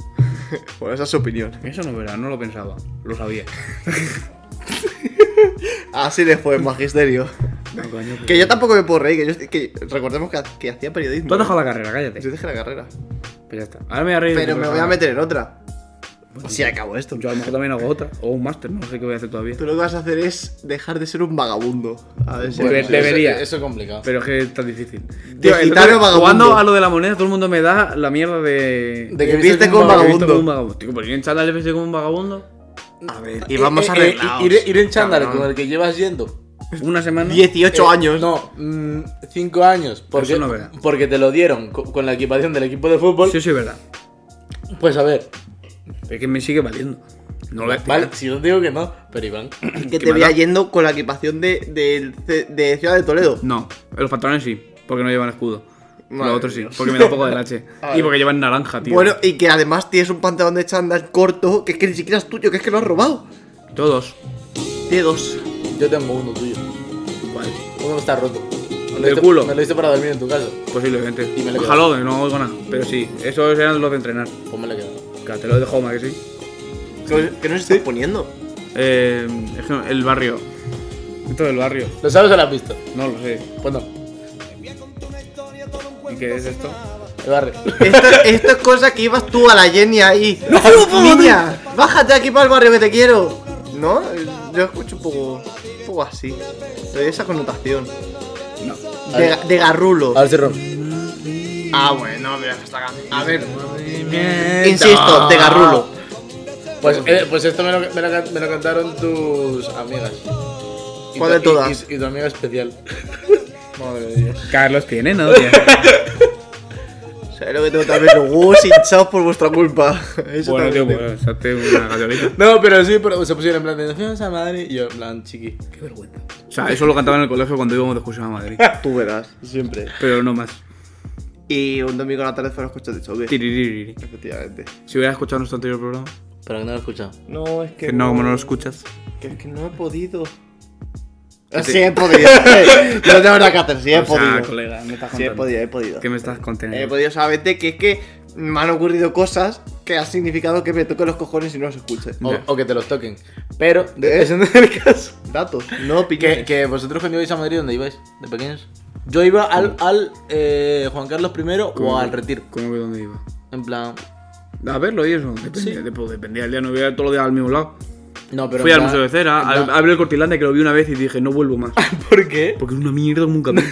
Speaker 2: Bueno, esa es su opinión.
Speaker 1: Eso no es verdad, no lo pensaba. Lo sabía.
Speaker 2: Así le fue en magisterio.
Speaker 1: No, coño, pero-
Speaker 2: Que yo tampoco me puedo reír, que, yo, que recordemos que, que hacía periodismo.
Speaker 1: Tú has dejado la carrera, cállate.
Speaker 2: Yo dejé la carrera.
Speaker 1: Pues ya está. Ahora me voy a reír. de
Speaker 2: Pero
Speaker 1: tu
Speaker 2: me voy
Speaker 1: persona.
Speaker 2: a meter en otra. Si acabo esto.
Speaker 1: Yo a lo mejor también hago otra. O un máster, no sé qué voy a hacer todavía.
Speaker 2: Tú lo que vas a hacer es dejar de ser un vagabundo. A ver si.
Speaker 1: Bueno,
Speaker 3: eso-
Speaker 1: debería.
Speaker 3: Eso es complicado.
Speaker 1: Pero es que es tan difícil.
Speaker 2: Tío,
Speaker 1: el
Speaker 2: gitano
Speaker 1: otro día,
Speaker 2: vagabundo.
Speaker 1: Jugando a lo de la moneda, todo el mundo me da la mierda de.
Speaker 3: De
Speaker 2: que
Speaker 1: de-
Speaker 2: viste
Speaker 1: de-
Speaker 2: como
Speaker 1: de- de-
Speaker 2: vagabundo.
Speaker 1: como un vagabundo. Tío, pero yo en chándal vestido como un vagabundo.
Speaker 2: A ver, y vamos
Speaker 3: Eh,
Speaker 2: a
Speaker 3: eh,
Speaker 2: arreglar.
Speaker 3: ir, ir en chándal con el que llevas yendo.
Speaker 1: Una semana.
Speaker 2: 18
Speaker 3: Eh,
Speaker 2: años.
Speaker 3: No, 5 años. Porque,
Speaker 1: no es verdad.
Speaker 3: porque te lo dieron co- con, la equipación del equipo de fútbol.
Speaker 1: Sí, sí, es verdad.
Speaker 3: Pues a ver,
Speaker 1: Es que me sigue valiendo. No lo voy a tirar.
Speaker 3: vale, si yo digo que no, pero Iván.
Speaker 2: que
Speaker 1: qué
Speaker 2: te veía
Speaker 1: maldad.
Speaker 2: yendo con la equipación de, del C- de Ciudad de Toledo.
Speaker 1: No, los pantalones sí, porque no llevan escudo.
Speaker 2: Madre
Speaker 1: los otros sí,
Speaker 2: mía.
Speaker 1: porque me da un poco de lache. y porque llevan naranja, tío.
Speaker 2: Bueno, y que además tienes un pantalón de chándal corto, que es que ni siquiera es tuyo, que es que lo has robado.
Speaker 1: Todos.
Speaker 2: Tiene dos.
Speaker 3: Yo tengo uno tuyo.
Speaker 1: Vale,
Speaker 3: Uno está roto. Me lo
Speaker 1: Del
Speaker 3: hice-
Speaker 1: culo.
Speaker 3: Me lo hice para dormir en tu casa.
Speaker 1: posiblemente.
Speaker 3: Y me lo he
Speaker 1: Ojalá, que no oigo nada. Pero sí, esos eran los de entrenar.
Speaker 3: Pues me lo he quedado.
Speaker 1: Claro, te lo dejo más que sí.
Speaker 2: ¿Qué, qué nos estás poniendo?
Speaker 1: Eh, es que no, el barrio. Esto del barrio.
Speaker 3: ¿Lo sabes o lo has visto?
Speaker 1: No lo sé.
Speaker 3: Pues no.
Speaker 1: ¿Y qué es esto?
Speaker 3: El barrio.
Speaker 2: Esto, esto es cosa que ibas tú a la Jenny ahí. ¡No, Niña, bájate aquí para el barrio que te quiero. ¿No? Yo escucho un poco, un poco así. De esa connotación.
Speaker 1: No.
Speaker 2: De, de garrulo.
Speaker 3: A ver si rompo.
Speaker 2: Ah, bueno, mira, esta canción. A ver. Insisto, de garrulo.
Speaker 3: Pues, eh, pues esto me lo, me lo can- me lo cantaron tus amigas. Y
Speaker 2: ¿Cuál
Speaker 3: tu-
Speaker 2: de todas?
Speaker 3: Y, y- y tu amiga especial. Madre de Dios.
Speaker 1: Carlos tiene, ¿no? tío?
Speaker 2: ¿Sabes lo que tengo también? Los huevos hinchados por vuestra culpa. Eso
Speaker 1: bueno, tío,
Speaker 2: también tengo.
Speaker 1: pues hazte una gallolita.
Speaker 3: No, pero sí, pero se pusieron en plan de "Nos fuimos a madre y yo en plan chiqui. Qué vergüenza.
Speaker 1: O sea, eso lo cantaba en el colegio cuando íbamos de excursión a Madrid.
Speaker 2: Tú verás.
Speaker 3: Siempre.
Speaker 1: Pero no más.
Speaker 2: Y un domingo a la tarde fueron los coches de choque.
Speaker 1: Tiriririri.
Speaker 2: Efectivamente.
Speaker 1: Si hubieras escuchado nuestro anterior programa,
Speaker 3: Pero que no lo he escuchado.
Speaker 2: No, es que.
Speaker 1: que no, como no lo escuchas.
Speaker 2: Que es que no he podido.
Speaker 1: Que
Speaker 2: Sí
Speaker 1: te-
Speaker 2: he podido. eh. Yo no tengo nada que hacer, sí he
Speaker 1: O sea,
Speaker 2: podido.
Speaker 1: colega, me estás
Speaker 2: Sí he
Speaker 1: contando.
Speaker 2: podido, he podido.
Speaker 1: ¿Qué me estás conteniendo?
Speaker 2: He podido solamente que es que me han ocurrido cosas que han significado que me toquen los cojones y no los escuche. Oh.
Speaker 3: O,
Speaker 1: Ya.
Speaker 3: o que te los toquen. Pero,
Speaker 2: De-
Speaker 3: ese no es el caso.
Speaker 2: Datos, no
Speaker 3: Que,
Speaker 2: opiniones.
Speaker 3: que vosotros cuando ibais a Madrid, ¿dónde ibais? ¿De pequeños? Yo iba al, al eh, Juan Carlos I o
Speaker 1: ¿Cómo?
Speaker 3: al Retiro.
Speaker 1: ¿Cómo que dónde iba?
Speaker 3: En plan.
Speaker 1: A verlo y eso. Dependía,
Speaker 3: Sí.
Speaker 1: de- pues, dependía del día, no iba todos los días al mismo lado.
Speaker 3: No, pero.
Speaker 1: Fui
Speaker 3: en
Speaker 1: al
Speaker 3: plan-
Speaker 1: Museo de Cera,
Speaker 3: en
Speaker 1: al,
Speaker 3: plan-
Speaker 1: a ver el Cortilante que lo vi una vez y dije, no vuelvo más.
Speaker 3: ¿Por qué?
Speaker 1: Porque es una mierda como un camino.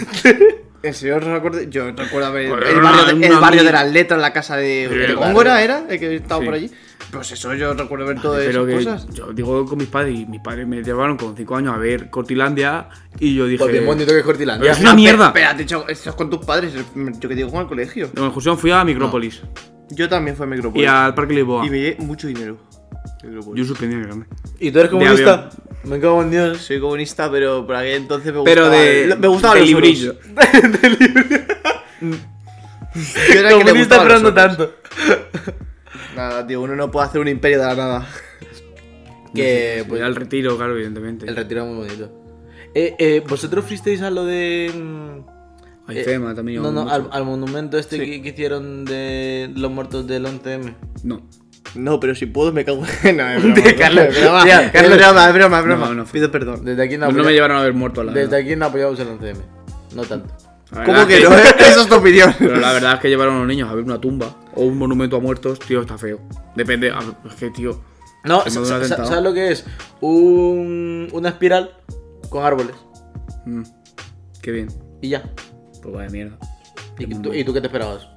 Speaker 2: El señor no recuerda. Yo recuerdo haber.
Speaker 1: Bueno,
Speaker 2: El
Speaker 1: era
Speaker 2: barrio, de,
Speaker 1: Pues una
Speaker 2: el barrio
Speaker 1: mil-
Speaker 2: de las letras, la casa de.
Speaker 1: Sí,
Speaker 2: ¿De
Speaker 1: el
Speaker 2: Góngora era? El que estaba
Speaker 1: Sí. Ah,
Speaker 2: por allí. Pues eso, yo recuerdo ver todas
Speaker 1: Pero
Speaker 2: esas
Speaker 1: que
Speaker 2: cosas.
Speaker 1: yo digo con mis padres, y mis padres me llevaron con 5 años a ver Cortilandia y yo dije.
Speaker 3: Pues bien bonito que es Cortilandia.
Speaker 2: Ah,
Speaker 1: Es una mierda.
Speaker 2: Espérate, chavo, esto es con tus padres. Yo que digo con el colegio.
Speaker 1: En excursión fui a Micrópolis
Speaker 2: Yo también fui a
Speaker 1: y
Speaker 2: Micropolis.
Speaker 1: al Parque Lisboa.
Speaker 2: Y me llevé mucho dinero. Micropolis.
Speaker 1: Yo suspendí en grande.
Speaker 3: ¿Y tú eres
Speaker 1: De
Speaker 3: comunista? Me cago en Dios.
Speaker 2: Soy comunista, pero por aquel entonces me
Speaker 1: Pero
Speaker 2: gustaba.
Speaker 1: de.
Speaker 2: Me gustaba
Speaker 1: de
Speaker 2: los oros.
Speaker 1: librillo.
Speaker 2: Yo era el que le
Speaker 3: Comunista,
Speaker 2: gustaba
Speaker 3: pero
Speaker 2: los
Speaker 3: no
Speaker 2: oros.
Speaker 3: tanto.
Speaker 2: Nada, tío, uno no puede hacer un imperio de la nada.
Speaker 3: Que.
Speaker 1: Voy
Speaker 3: Pues,
Speaker 1: al retiro, claro, evidentemente.
Speaker 3: el Retiro es muy bonito. Eh, eh, ¿Vosotros fuisteis a lo de. mm,
Speaker 1: Hay
Speaker 3: eh,
Speaker 1: tema también.
Speaker 3: No, no,
Speaker 1: mucho.
Speaker 3: al, al monumento este
Speaker 2: Sí.
Speaker 3: que, que hicieron de los muertos del 11M.
Speaker 1: No. Pues
Speaker 2: No, pero si puedo me cago en... No, es broma,
Speaker 3: Tío, Carlos,
Speaker 2: es broma,
Speaker 3: tío,
Speaker 2: es
Speaker 3: Carlos.
Speaker 2: broma, es broma, es broma.
Speaker 1: No, no.
Speaker 2: Pido perdón.
Speaker 3: Desde aquí no,
Speaker 1: Pues No,
Speaker 3: apoya-
Speaker 1: me llevaron a ver muerto a la
Speaker 3: Desde
Speaker 1: verdad.
Speaker 3: aquí no apoyamos el 11M. No tanto.
Speaker 1: La verdad
Speaker 2: ¿Cómo que no? Esa es tu opinión.
Speaker 1: Ah, Pero la verdad es que llevaron a los niños a ver una tumba o un monumento a muertos, tío, está feo. Depende, a ver, es que, tío.
Speaker 3: No,
Speaker 1: Se me
Speaker 3: sa-
Speaker 1: ha dado un
Speaker 3: sa- sa-
Speaker 1: atentado.
Speaker 3: ¿sabes lo que es? Un, una espiral con árboles.
Speaker 1: mm, qué bien.
Speaker 3: Y ya.
Speaker 1: Pues vaya mierda. Qué
Speaker 3: ¿Y tú,
Speaker 1: mundo.
Speaker 3: y tú qué te esperabas?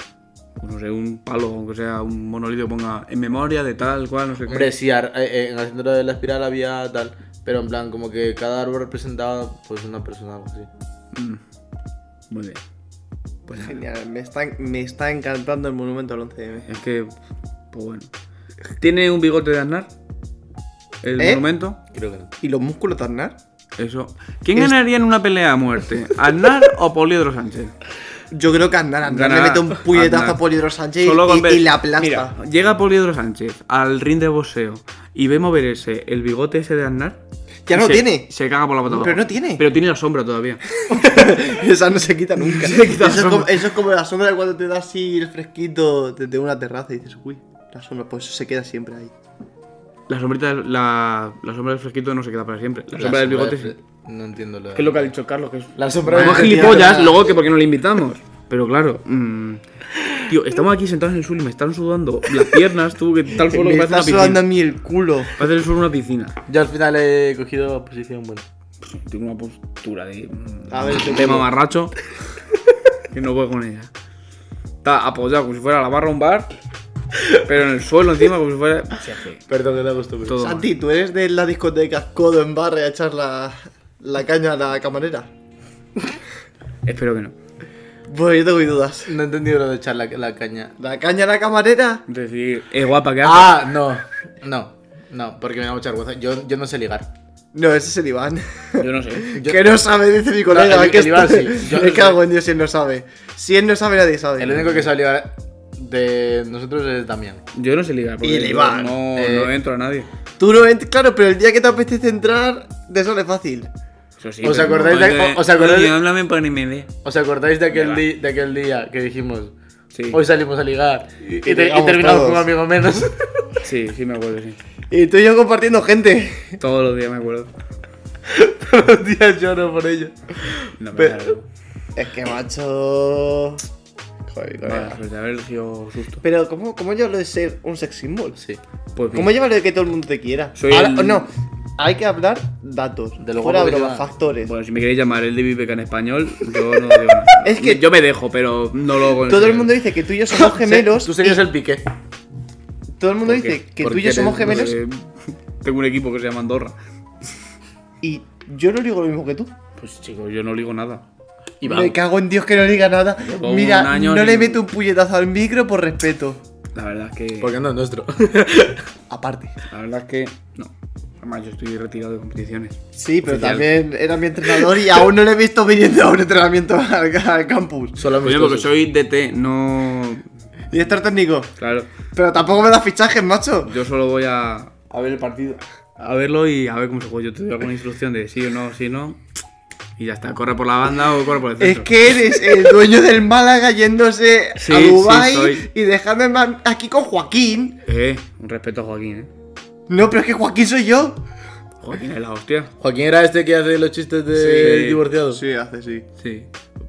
Speaker 1: No sé, un palo, aunque sea un monolito, ponga en memoria de tal, cual, no sé qué.
Speaker 3: Hombre, sí, ar- eh, eh, en el centro de la espiral había tal. Pero en plan, como que cada árbol representaba pues una persona o algo así.
Speaker 1: Muy bien. Pues nada,
Speaker 2: Genial, me está, me está encantando el monumento al 11M.
Speaker 1: es que. Pues bueno. ¿Tiene un bigote de Aznar? El
Speaker 2: ¿Eh?
Speaker 1: monumento.
Speaker 3: Creo que no.
Speaker 2: ¿Y los músculos de Aznar?
Speaker 1: Eso. ¿Quién ganaría en una pelea a muerte? ¿Aznar o Poliedro Sánchez?
Speaker 2: Yo creo que Aznar, Aznar le
Speaker 1: Gana
Speaker 2: mete un puñetazo
Speaker 1: Aznar.
Speaker 2: a Polidoro Sánchez y,
Speaker 1: Solo con
Speaker 2: y-
Speaker 1: ver-
Speaker 2: y la aplasta.
Speaker 1: Mira, llega Poliedro Sánchez al ring de boxeo y ve moverse el bigote ese de Aznar.
Speaker 2: Ya
Speaker 1: y
Speaker 2: no
Speaker 1: se-
Speaker 2: tiene.
Speaker 1: Se caga por la patada.
Speaker 2: Pero no tiene.
Speaker 1: Pero tiene la sombra todavía.
Speaker 2: Esa no se quita nunca.
Speaker 1: Se quita la
Speaker 2: eso, es
Speaker 1: sombra.
Speaker 2: como, eso es como la sombra cuando te da así el fresquito desde una terraza y dices, uy. La sombra, pues eso se queda siempre ahí.
Speaker 1: La sombrita, del- la, la sombra del fresquito no se queda para siempre. La, sombra del bigote sí.
Speaker 3: No entiendo lo
Speaker 1: Que es lo que ha dicho Carlos, que es
Speaker 3: La sombra
Speaker 1: Pero
Speaker 3: del
Speaker 1: más
Speaker 3: bigote.
Speaker 1: gilipollas, luego que porque no le invitamos. Pero claro, mm, tío, estamos aquí sentados en el suelo y me están sudando las piernas, tú, que tal suelo
Speaker 2: Me
Speaker 1: que parece
Speaker 2: está
Speaker 1: una
Speaker 2: sudando
Speaker 1: piscina.
Speaker 2: a mí el culo.
Speaker 1: Parece el suelo una piscina.
Speaker 3: Yo al final he cogido posición buena.
Speaker 1: Tengo una postura de, mm,
Speaker 2: A ver, te
Speaker 1: de
Speaker 2: digo.
Speaker 1: mamarracho que no puedo con ella. Está apoyado como si fuera la barra de un bar, pero en el suelo encima como si fuera...
Speaker 3: Perdón, que te acostumbré.
Speaker 1: Todo mal.
Speaker 2: Santi, ¿tú eres de la discoteca codo en barra a echar la, la caña a la camarera?
Speaker 1: Espero que no.
Speaker 2: Pues yo tengo mis dudas.
Speaker 3: No he entendido lo de echar la, la caña.
Speaker 2: ¿La caña a la camarera?
Speaker 1: Decir, es guapa que haces.
Speaker 3: Ah, no. No. No, porque me da mucha vergüenza. Yo, yo no sé ligar.
Speaker 2: No, ese es el Iván.
Speaker 1: Yo no sé.
Speaker 3: Yo-
Speaker 2: que no sabe, dice mi colega.
Speaker 3: No, el-
Speaker 2: que
Speaker 3: el Iván
Speaker 2: estoy-
Speaker 3: sí. Yo no
Speaker 2: Me
Speaker 3: sé.
Speaker 2: cago en Dios si él no sabe. Si él no sabe, nadie sabe.
Speaker 3: El único que sabe ligar de nosotros es Damián.
Speaker 1: Yo no sé ligar. porque
Speaker 2: Y el
Speaker 1: yo
Speaker 2: Iván,
Speaker 1: No,
Speaker 3: eh.
Speaker 1: no entro a nadie.
Speaker 2: Tú no ent- claro, pero el día que te apetece entrar, te sale fácil.
Speaker 1: Eso sí,
Speaker 3: ¿Os
Speaker 1: pero
Speaker 3: acordáis
Speaker 1: no,
Speaker 3: de-
Speaker 1: oye,
Speaker 3: os acordáis
Speaker 1: oye,
Speaker 3: de-
Speaker 1: háblame para ni me dé.
Speaker 3: ¿Os acordáis de aquel,
Speaker 1: Venga.
Speaker 3: di- de aquel día que dijimos?
Speaker 1: Sí.
Speaker 3: Hoy salimos a ligar y,
Speaker 2: y
Speaker 3: te- y
Speaker 2: llegamos
Speaker 3: terminamos
Speaker 2: todos.
Speaker 3: con un amigo menos.
Speaker 1: Sí, sí me acuerdo, sí.
Speaker 2: Y tú y yo compartiendo gente.
Speaker 1: Todos los días me acuerdo.
Speaker 3: Todos los días lloro por ello.
Speaker 1: No me
Speaker 3: Pero-
Speaker 1: da algo.
Speaker 2: Es que macho.
Speaker 1: Vaya
Speaker 2: Joder, colega.
Speaker 1: suerte, haber sido susto.
Speaker 2: Pero, ¿cómo, ¿cómo yo lo de ser un sex symbol?
Speaker 3: Sí.
Speaker 1: Pues
Speaker 2: ¿Cómo
Speaker 1: mira,
Speaker 2: lleva lo de que todo el mundo te quiera?
Speaker 1: Soy
Speaker 2: Ahora-
Speaker 1: el-
Speaker 2: No, hay que hablar datos.
Speaker 3: De lo
Speaker 2: fuera
Speaker 3: guapo que
Speaker 2: broma,
Speaker 3: sea.
Speaker 2: factores.
Speaker 1: Bueno, si me queréis llamar el de Viveca en español, yo no digo nada.
Speaker 2: Es que-
Speaker 1: yo me dejo, pero no lo hago en
Speaker 2: todo el
Speaker 1: español.
Speaker 2: mundo dice que tú y yo somos gemelos.
Speaker 3: Tú serías
Speaker 2: y
Speaker 3: el piqué.
Speaker 2: Todo el mundo
Speaker 1: ¿Por qué?
Speaker 2: dice que tú
Speaker 3: Porque
Speaker 2: y yo somos
Speaker 3: eres-
Speaker 2: gemelos.
Speaker 1: Eh, tengo un equipo que se llama Andorra.
Speaker 2: Y yo no digo lo mismo que tú.
Speaker 1: Pues chicos, yo no digo nada.
Speaker 3: Y
Speaker 2: Me cago en Dios que no diga nada.
Speaker 1: pongo un
Speaker 2: Mira,
Speaker 1: año
Speaker 2: no le
Speaker 1: ni-
Speaker 2: meto un puñetazo al micro por respeto.
Speaker 1: La verdad es que.
Speaker 3: Porque no es nuestro.
Speaker 2: Aparte.
Speaker 1: La verdad es que. No. Además, yo estoy retirado de competiciones.
Speaker 2: Sí, pero
Speaker 1: Oficial.
Speaker 2: también era mi entrenador y aún no le he visto viniendo a un entrenamiento al, al campus.
Speaker 3: Solo
Speaker 1: Coño, porque soy DT, no.
Speaker 2: Director técnico.
Speaker 1: Claro.
Speaker 2: Pero tampoco me das fichajes, macho.
Speaker 1: Yo solo voy a. A ver el partido. A verlo y a ver cómo se juega. Yo te doy alguna instrucción de sí o no, sí o no. Y ya está. Corre por la banda o corre por el
Speaker 2: Es
Speaker 1: centro.
Speaker 2: que eres el dueño del Málaga yéndose
Speaker 1: Sí,
Speaker 2: a
Speaker 1: sí,
Speaker 2: Dubái
Speaker 1: soy.
Speaker 2: y dejarme ma- aquí con Joaquín.
Speaker 1: Eh, un respeto a Joaquín, eh.
Speaker 2: No, pero es que Joaquín soy yo.
Speaker 1: Joaquín es la hostia.
Speaker 3: Joaquín era este que hace los chistes de
Speaker 1: Sí.
Speaker 3: divorciados.
Speaker 2: hace, sí.
Speaker 1: Sí.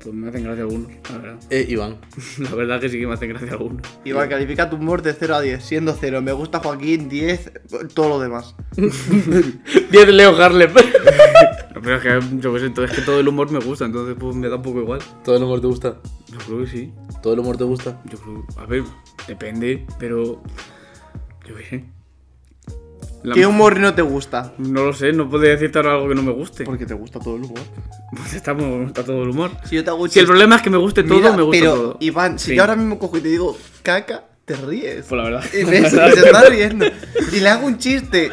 Speaker 1: Pues me hacen gracia algunos, la verdad.
Speaker 3: Eh, Iván.
Speaker 1: La verdad que sí que me hacen gracia algunos.
Speaker 2: Iván, califica tu humor de 0 a 10, siendo 0. Me gusta Joaquín, 10, todo lo demás.
Speaker 3: 10 Leo Harlem.
Speaker 1: Pero es que yo qué sé, todo- es que todo el humor me gusta, entonces pues me da un poco igual.
Speaker 3: Todo el humor te gusta.
Speaker 1: Yo creo que sí.
Speaker 3: Todo el humor te gusta.
Speaker 1: Yo creo. A ver, depende, pero. Yo qué sé. La-
Speaker 2: ¿Qué humor no te gusta?
Speaker 1: No lo sé, no puedo decirte ahora algo que no me guste.
Speaker 2: Porque te gusta todo el humor.
Speaker 1: Pues está, mu- está todo el humor.
Speaker 2: Si yo te hago un
Speaker 1: Si el
Speaker 2: chiste-
Speaker 1: problema es que me guste todo,
Speaker 2: Mira,
Speaker 1: me gusta
Speaker 2: pero,
Speaker 1: todo.
Speaker 2: Iván, si
Speaker 1: Sí.
Speaker 2: yo ahora mismo cojo y te digo caca, te ríes.
Speaker 1: Pues la verdad.
Speaker 2: Y ves, y se está riendo. Y le hago un chiste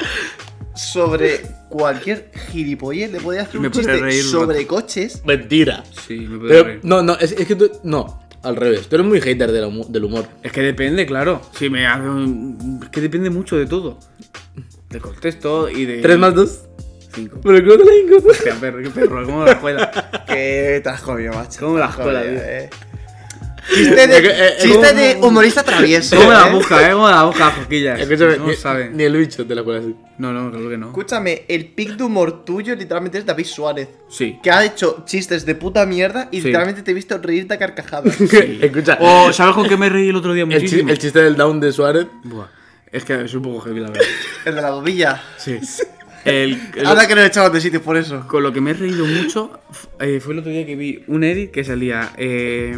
Speaker 2: sobre cualquier gilipollez. Le podría hacer
Speaker 1: Me
Speaker 2: un
Speaker 1: podría
Speaker 2: chiste
Speaker 1: reír,
Speaker 2: sobre coches.
Speaker 3: Mentira.
Speaker 1: Sí, me puedo
Speaker 3: Pero,
Speaker 1: reír.
Speaker 3: no, no, es, es que tú. No, al revés. Tú eres muy hater del humo- del humor.
Speaker 1: Es que depende, claro. Si me hace un- Es que depende mucho de todo. Del contexto y de.
Speaker 3: 3 más 2.
Speaker 1: Cinco.
Speaker 3: Pero creo que la tengo.
Speaker 1: Hostia, perro, qué perro, cómo la escuela.
Speaker 2: Que te has comido, macho.
Speaker 1: ¿Cómo me la has jodido,
Speaker 2: Joder,
Speaker 1: tío?
Speaker 2: eh. Chiste de,
Speaker 3: Es que, eh, eh,
Speaker 2: chiste
Speaker 3: ¿cómo-
Speaker 2: de humorista travieso.
Speaker 1: ¿Cómo la
Speaker 2: eh?
Speaker 1: busca, eh? ¿Cómo la busca, Joaquillas?
Speaker 3: Escúchame,
Speaker 1: No
Speaker 3: ni,
Speaker 1: sabe.
Speaker 3: ni el bicho te la cuela así.
Speaker 1: No, no, creo que no.
Speaker 2: Escúchame, el pic de humor tuyo literalmente es David Suárez.
Speaker 1: Sí.
Speaker 2: Que ha hecho chistes de puta mierda y
Speaker 1: Sí.
Speaker 2: literalmente te he visto reírte a carcajadas.
Speaker 3: Escucha,
Speaker 1: O, Oh, ¿sabes con qué me reí el otro día
Speaker 3: el, chi-
Speaker 1: muchísimo?
Speaker 3: el chiste del down de Suárez.
Speaker 1: Buah, es que es un poco heavy, la verdad.
Speaker 2: el de la bobilla.
Speaker 1: Sí. El, el-
Speaker 2: Ahora que nos echaban de sitio por eso.
Speaker 1: Con lo que me he reído mucho f- eh, fue el otro día que vi un edit que salía. eh,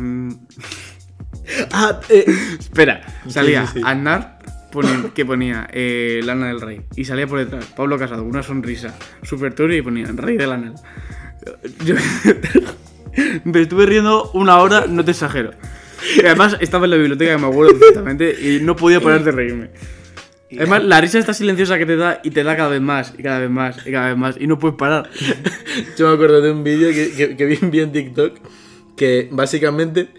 Speaker 1: ah, eh, espera, salía
Speaker 3: sí, sí.
Speaker 1: Aznar poni- que ponía eh, Lana del Rey y salía por detrás Pablo Casado con una sonrisa super turbia y ponía Rey de Lana. Yo me estuve riendo una hora, no te exagero. Y además estaba en la biblioteca, me acuerdo perfectamente, y no podía parar de reírme. Además, la risa está silenciosa que te da y te da cada vez más, y cada vez más, y cada vez más, y no puedes parar.
Speaker 3: Yo me acuerdo de un vídeo que, que- que vi, vi en TikTok que básicamente,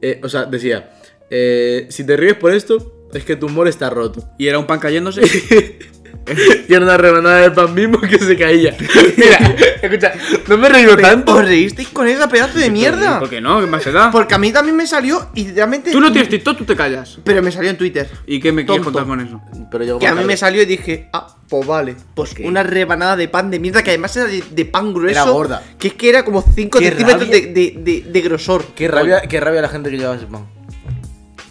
Speaker 3: eh, o sea, decía, eh, si te ríes por esto, es que tu humor está roto.
Speaker 1: Y era un pan cayéndose.
Speaker 3: Y era una rebanada de pan mismo que se caía. Mira, escucha, no me he reído tanto.
Speaker 2: ¿Os reísteis con esa pedazo de mierda?
Speaker 1: ¿Por qué no? ¿Qué más se da?
Speaker 2: Porque a mí también me salió y realmente.
Speaker 1: Tú no tienes TikTok, tú te callas.
Speaker 2: Pero me salió en Twitter.
Speaker 1: ¿Y qué me quieres
Speaker 2: Tonto.
Speaker 1: contar con eso?
Speaker 3: Pero yo
Speaker 2: Que a mí me salió y dije, ah, pues vale. Pues
Speaker 3: ¿Qué?
Speaker 2: una rebanada de pan de mierda que además era de, de pan grueso.
Speaker 3: Era gorda.
Speaker 2: Que es que era como 5
Speaker 3: Qué
Speaker 2: centímetros de,
Speaker 3: rabia.
Speaker 2: de- de- de grosor.
Speaker 3: Qué rabia, qué rabia la gente que llevaba ese pan.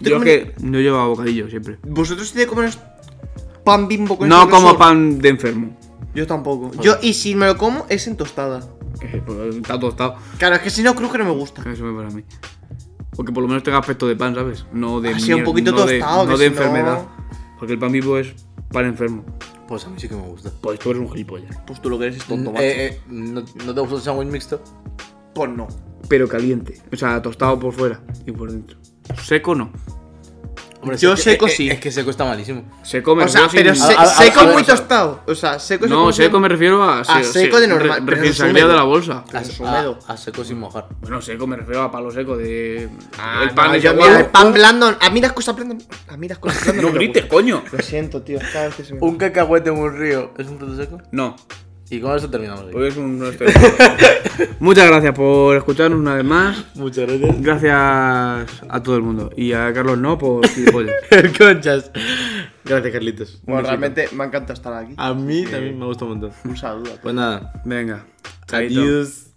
Speaker 2: ¿Tú
Speaker 1: Yo
Speaker 2: comes-
Speaker 1: que no llevaba bocadillo siempre.
Speaker 2: ¿Vosotros sí de comer pan bimbo con
Speaker 1: No
Speaker 2: ese grosor?
Speaker 1: como pan de enfermo.
Speaker 2: Yo tampoco. Yo, y si me lo como, es en tostada.
Speaker 1: Eh, pues, Está tostado.
Speaker 2: Claro, es que si no, cruje no me gusta.
Speaker 1: Eso me pasa a mí. O que por lo menos tenga aspecto de pan, ¿sabes? No de
Speaker 2: Así, un
Speaker 1: mier-
Speaker 2: poquito
Speaker 1: no de-
Speaker 2: tostado,
Speaker 1: no
Speaker 2: que
Speaker 1: de
Speaker 2: si no-
Speaker 1: enfermedad. Porque el pan vivo es pan enfermo.
Speaker 3: Pues a mí sí que me gusta.
Speaker 1: Pues tú eres un gilipollas.
Speaker 2: Pues tú lo que eres es tonto,
Speaker 3: Mm,
Speaker 2: macho.
Speaker 3: eh, eh, ¿no, ¿No te gusta el sándwich mixto?
Speaker 2: Pues no.
Speaker 1: Pero caliente. O sea, tostado por fuera y por dentro. Seco no.
Speaker 3: Hombre,
Speaker 2: Yo
Speaker 3: es que-
Speaker 2: seco
Speaker 3: eh, eh,
Speaker 2: sí.
Speaker 3: Es que seco está malísimo.
Speaker 1: Se come
Speaker 2: O sea,
Speaker 1: yo sin-
Speaker 2: pero se-
Speaker 3: A- a-
Speaker 2: seco
Speaker 3: a- a-
Speaker 2: muy tostado. O sea, seco es
Speaker 1: No,
Speaker 2: como-
Speaker 1: seco me refiero a. se-
Speaker 2: seco de
Speaker 1: se-
Speaker 2: normal,
Speaker 1: re-
Speaker 2: pero
Speaker 1: Recién
Speaker 2: no
Speaker 1: salido de
Speaker 2: húmedo.
Speaker 1: la bolsa.
Speaker 3: A,
Speaker 2: Es húmedo.
Speaker 3: a- a seco sin mojar.
Speaker 1: Bueno, seco me refiero a palo seco de.
Speaker 2: Ah,
Speaker 1: el pan
Speaker 2: no,
Speaker 1: de
Speaker 2: yo,
Speaker 1: agua.
Speaker 2: mira, el pan blando. A mí las cosas blandas. A mí las cosas blandas.
Speaker 1: No
Speaker 2: me
Speaker 1: grites, coño.
Speaker 2: gustan. Lo siento, tío. Cada vez que se me.
Speaker 3: Un cacahuete en un río es un fruto seco.
Speaker 1: No.
Speaker 3: Y con eso terminamos. aquí.
Speaker 1: Pues es un. no estoy- Muchas gracias por escucharnos una vez más.
Speaker 3: Muchas gracias.
Speaker 1: Gracias a todo el mundo. Y a Carlos no por gilipollas.
Speaker 3: Conchas. Gracias, Carlitos.
Speaker 2: Bueno, realmente me encanta estar aquí.
Speaker 3: A mí también me gusta un montón.
Speaker 2: Un saludo.
Speaker 3: Pues nada.
Speaker 1: Venga. chaito.
Speaker 3: Adiós.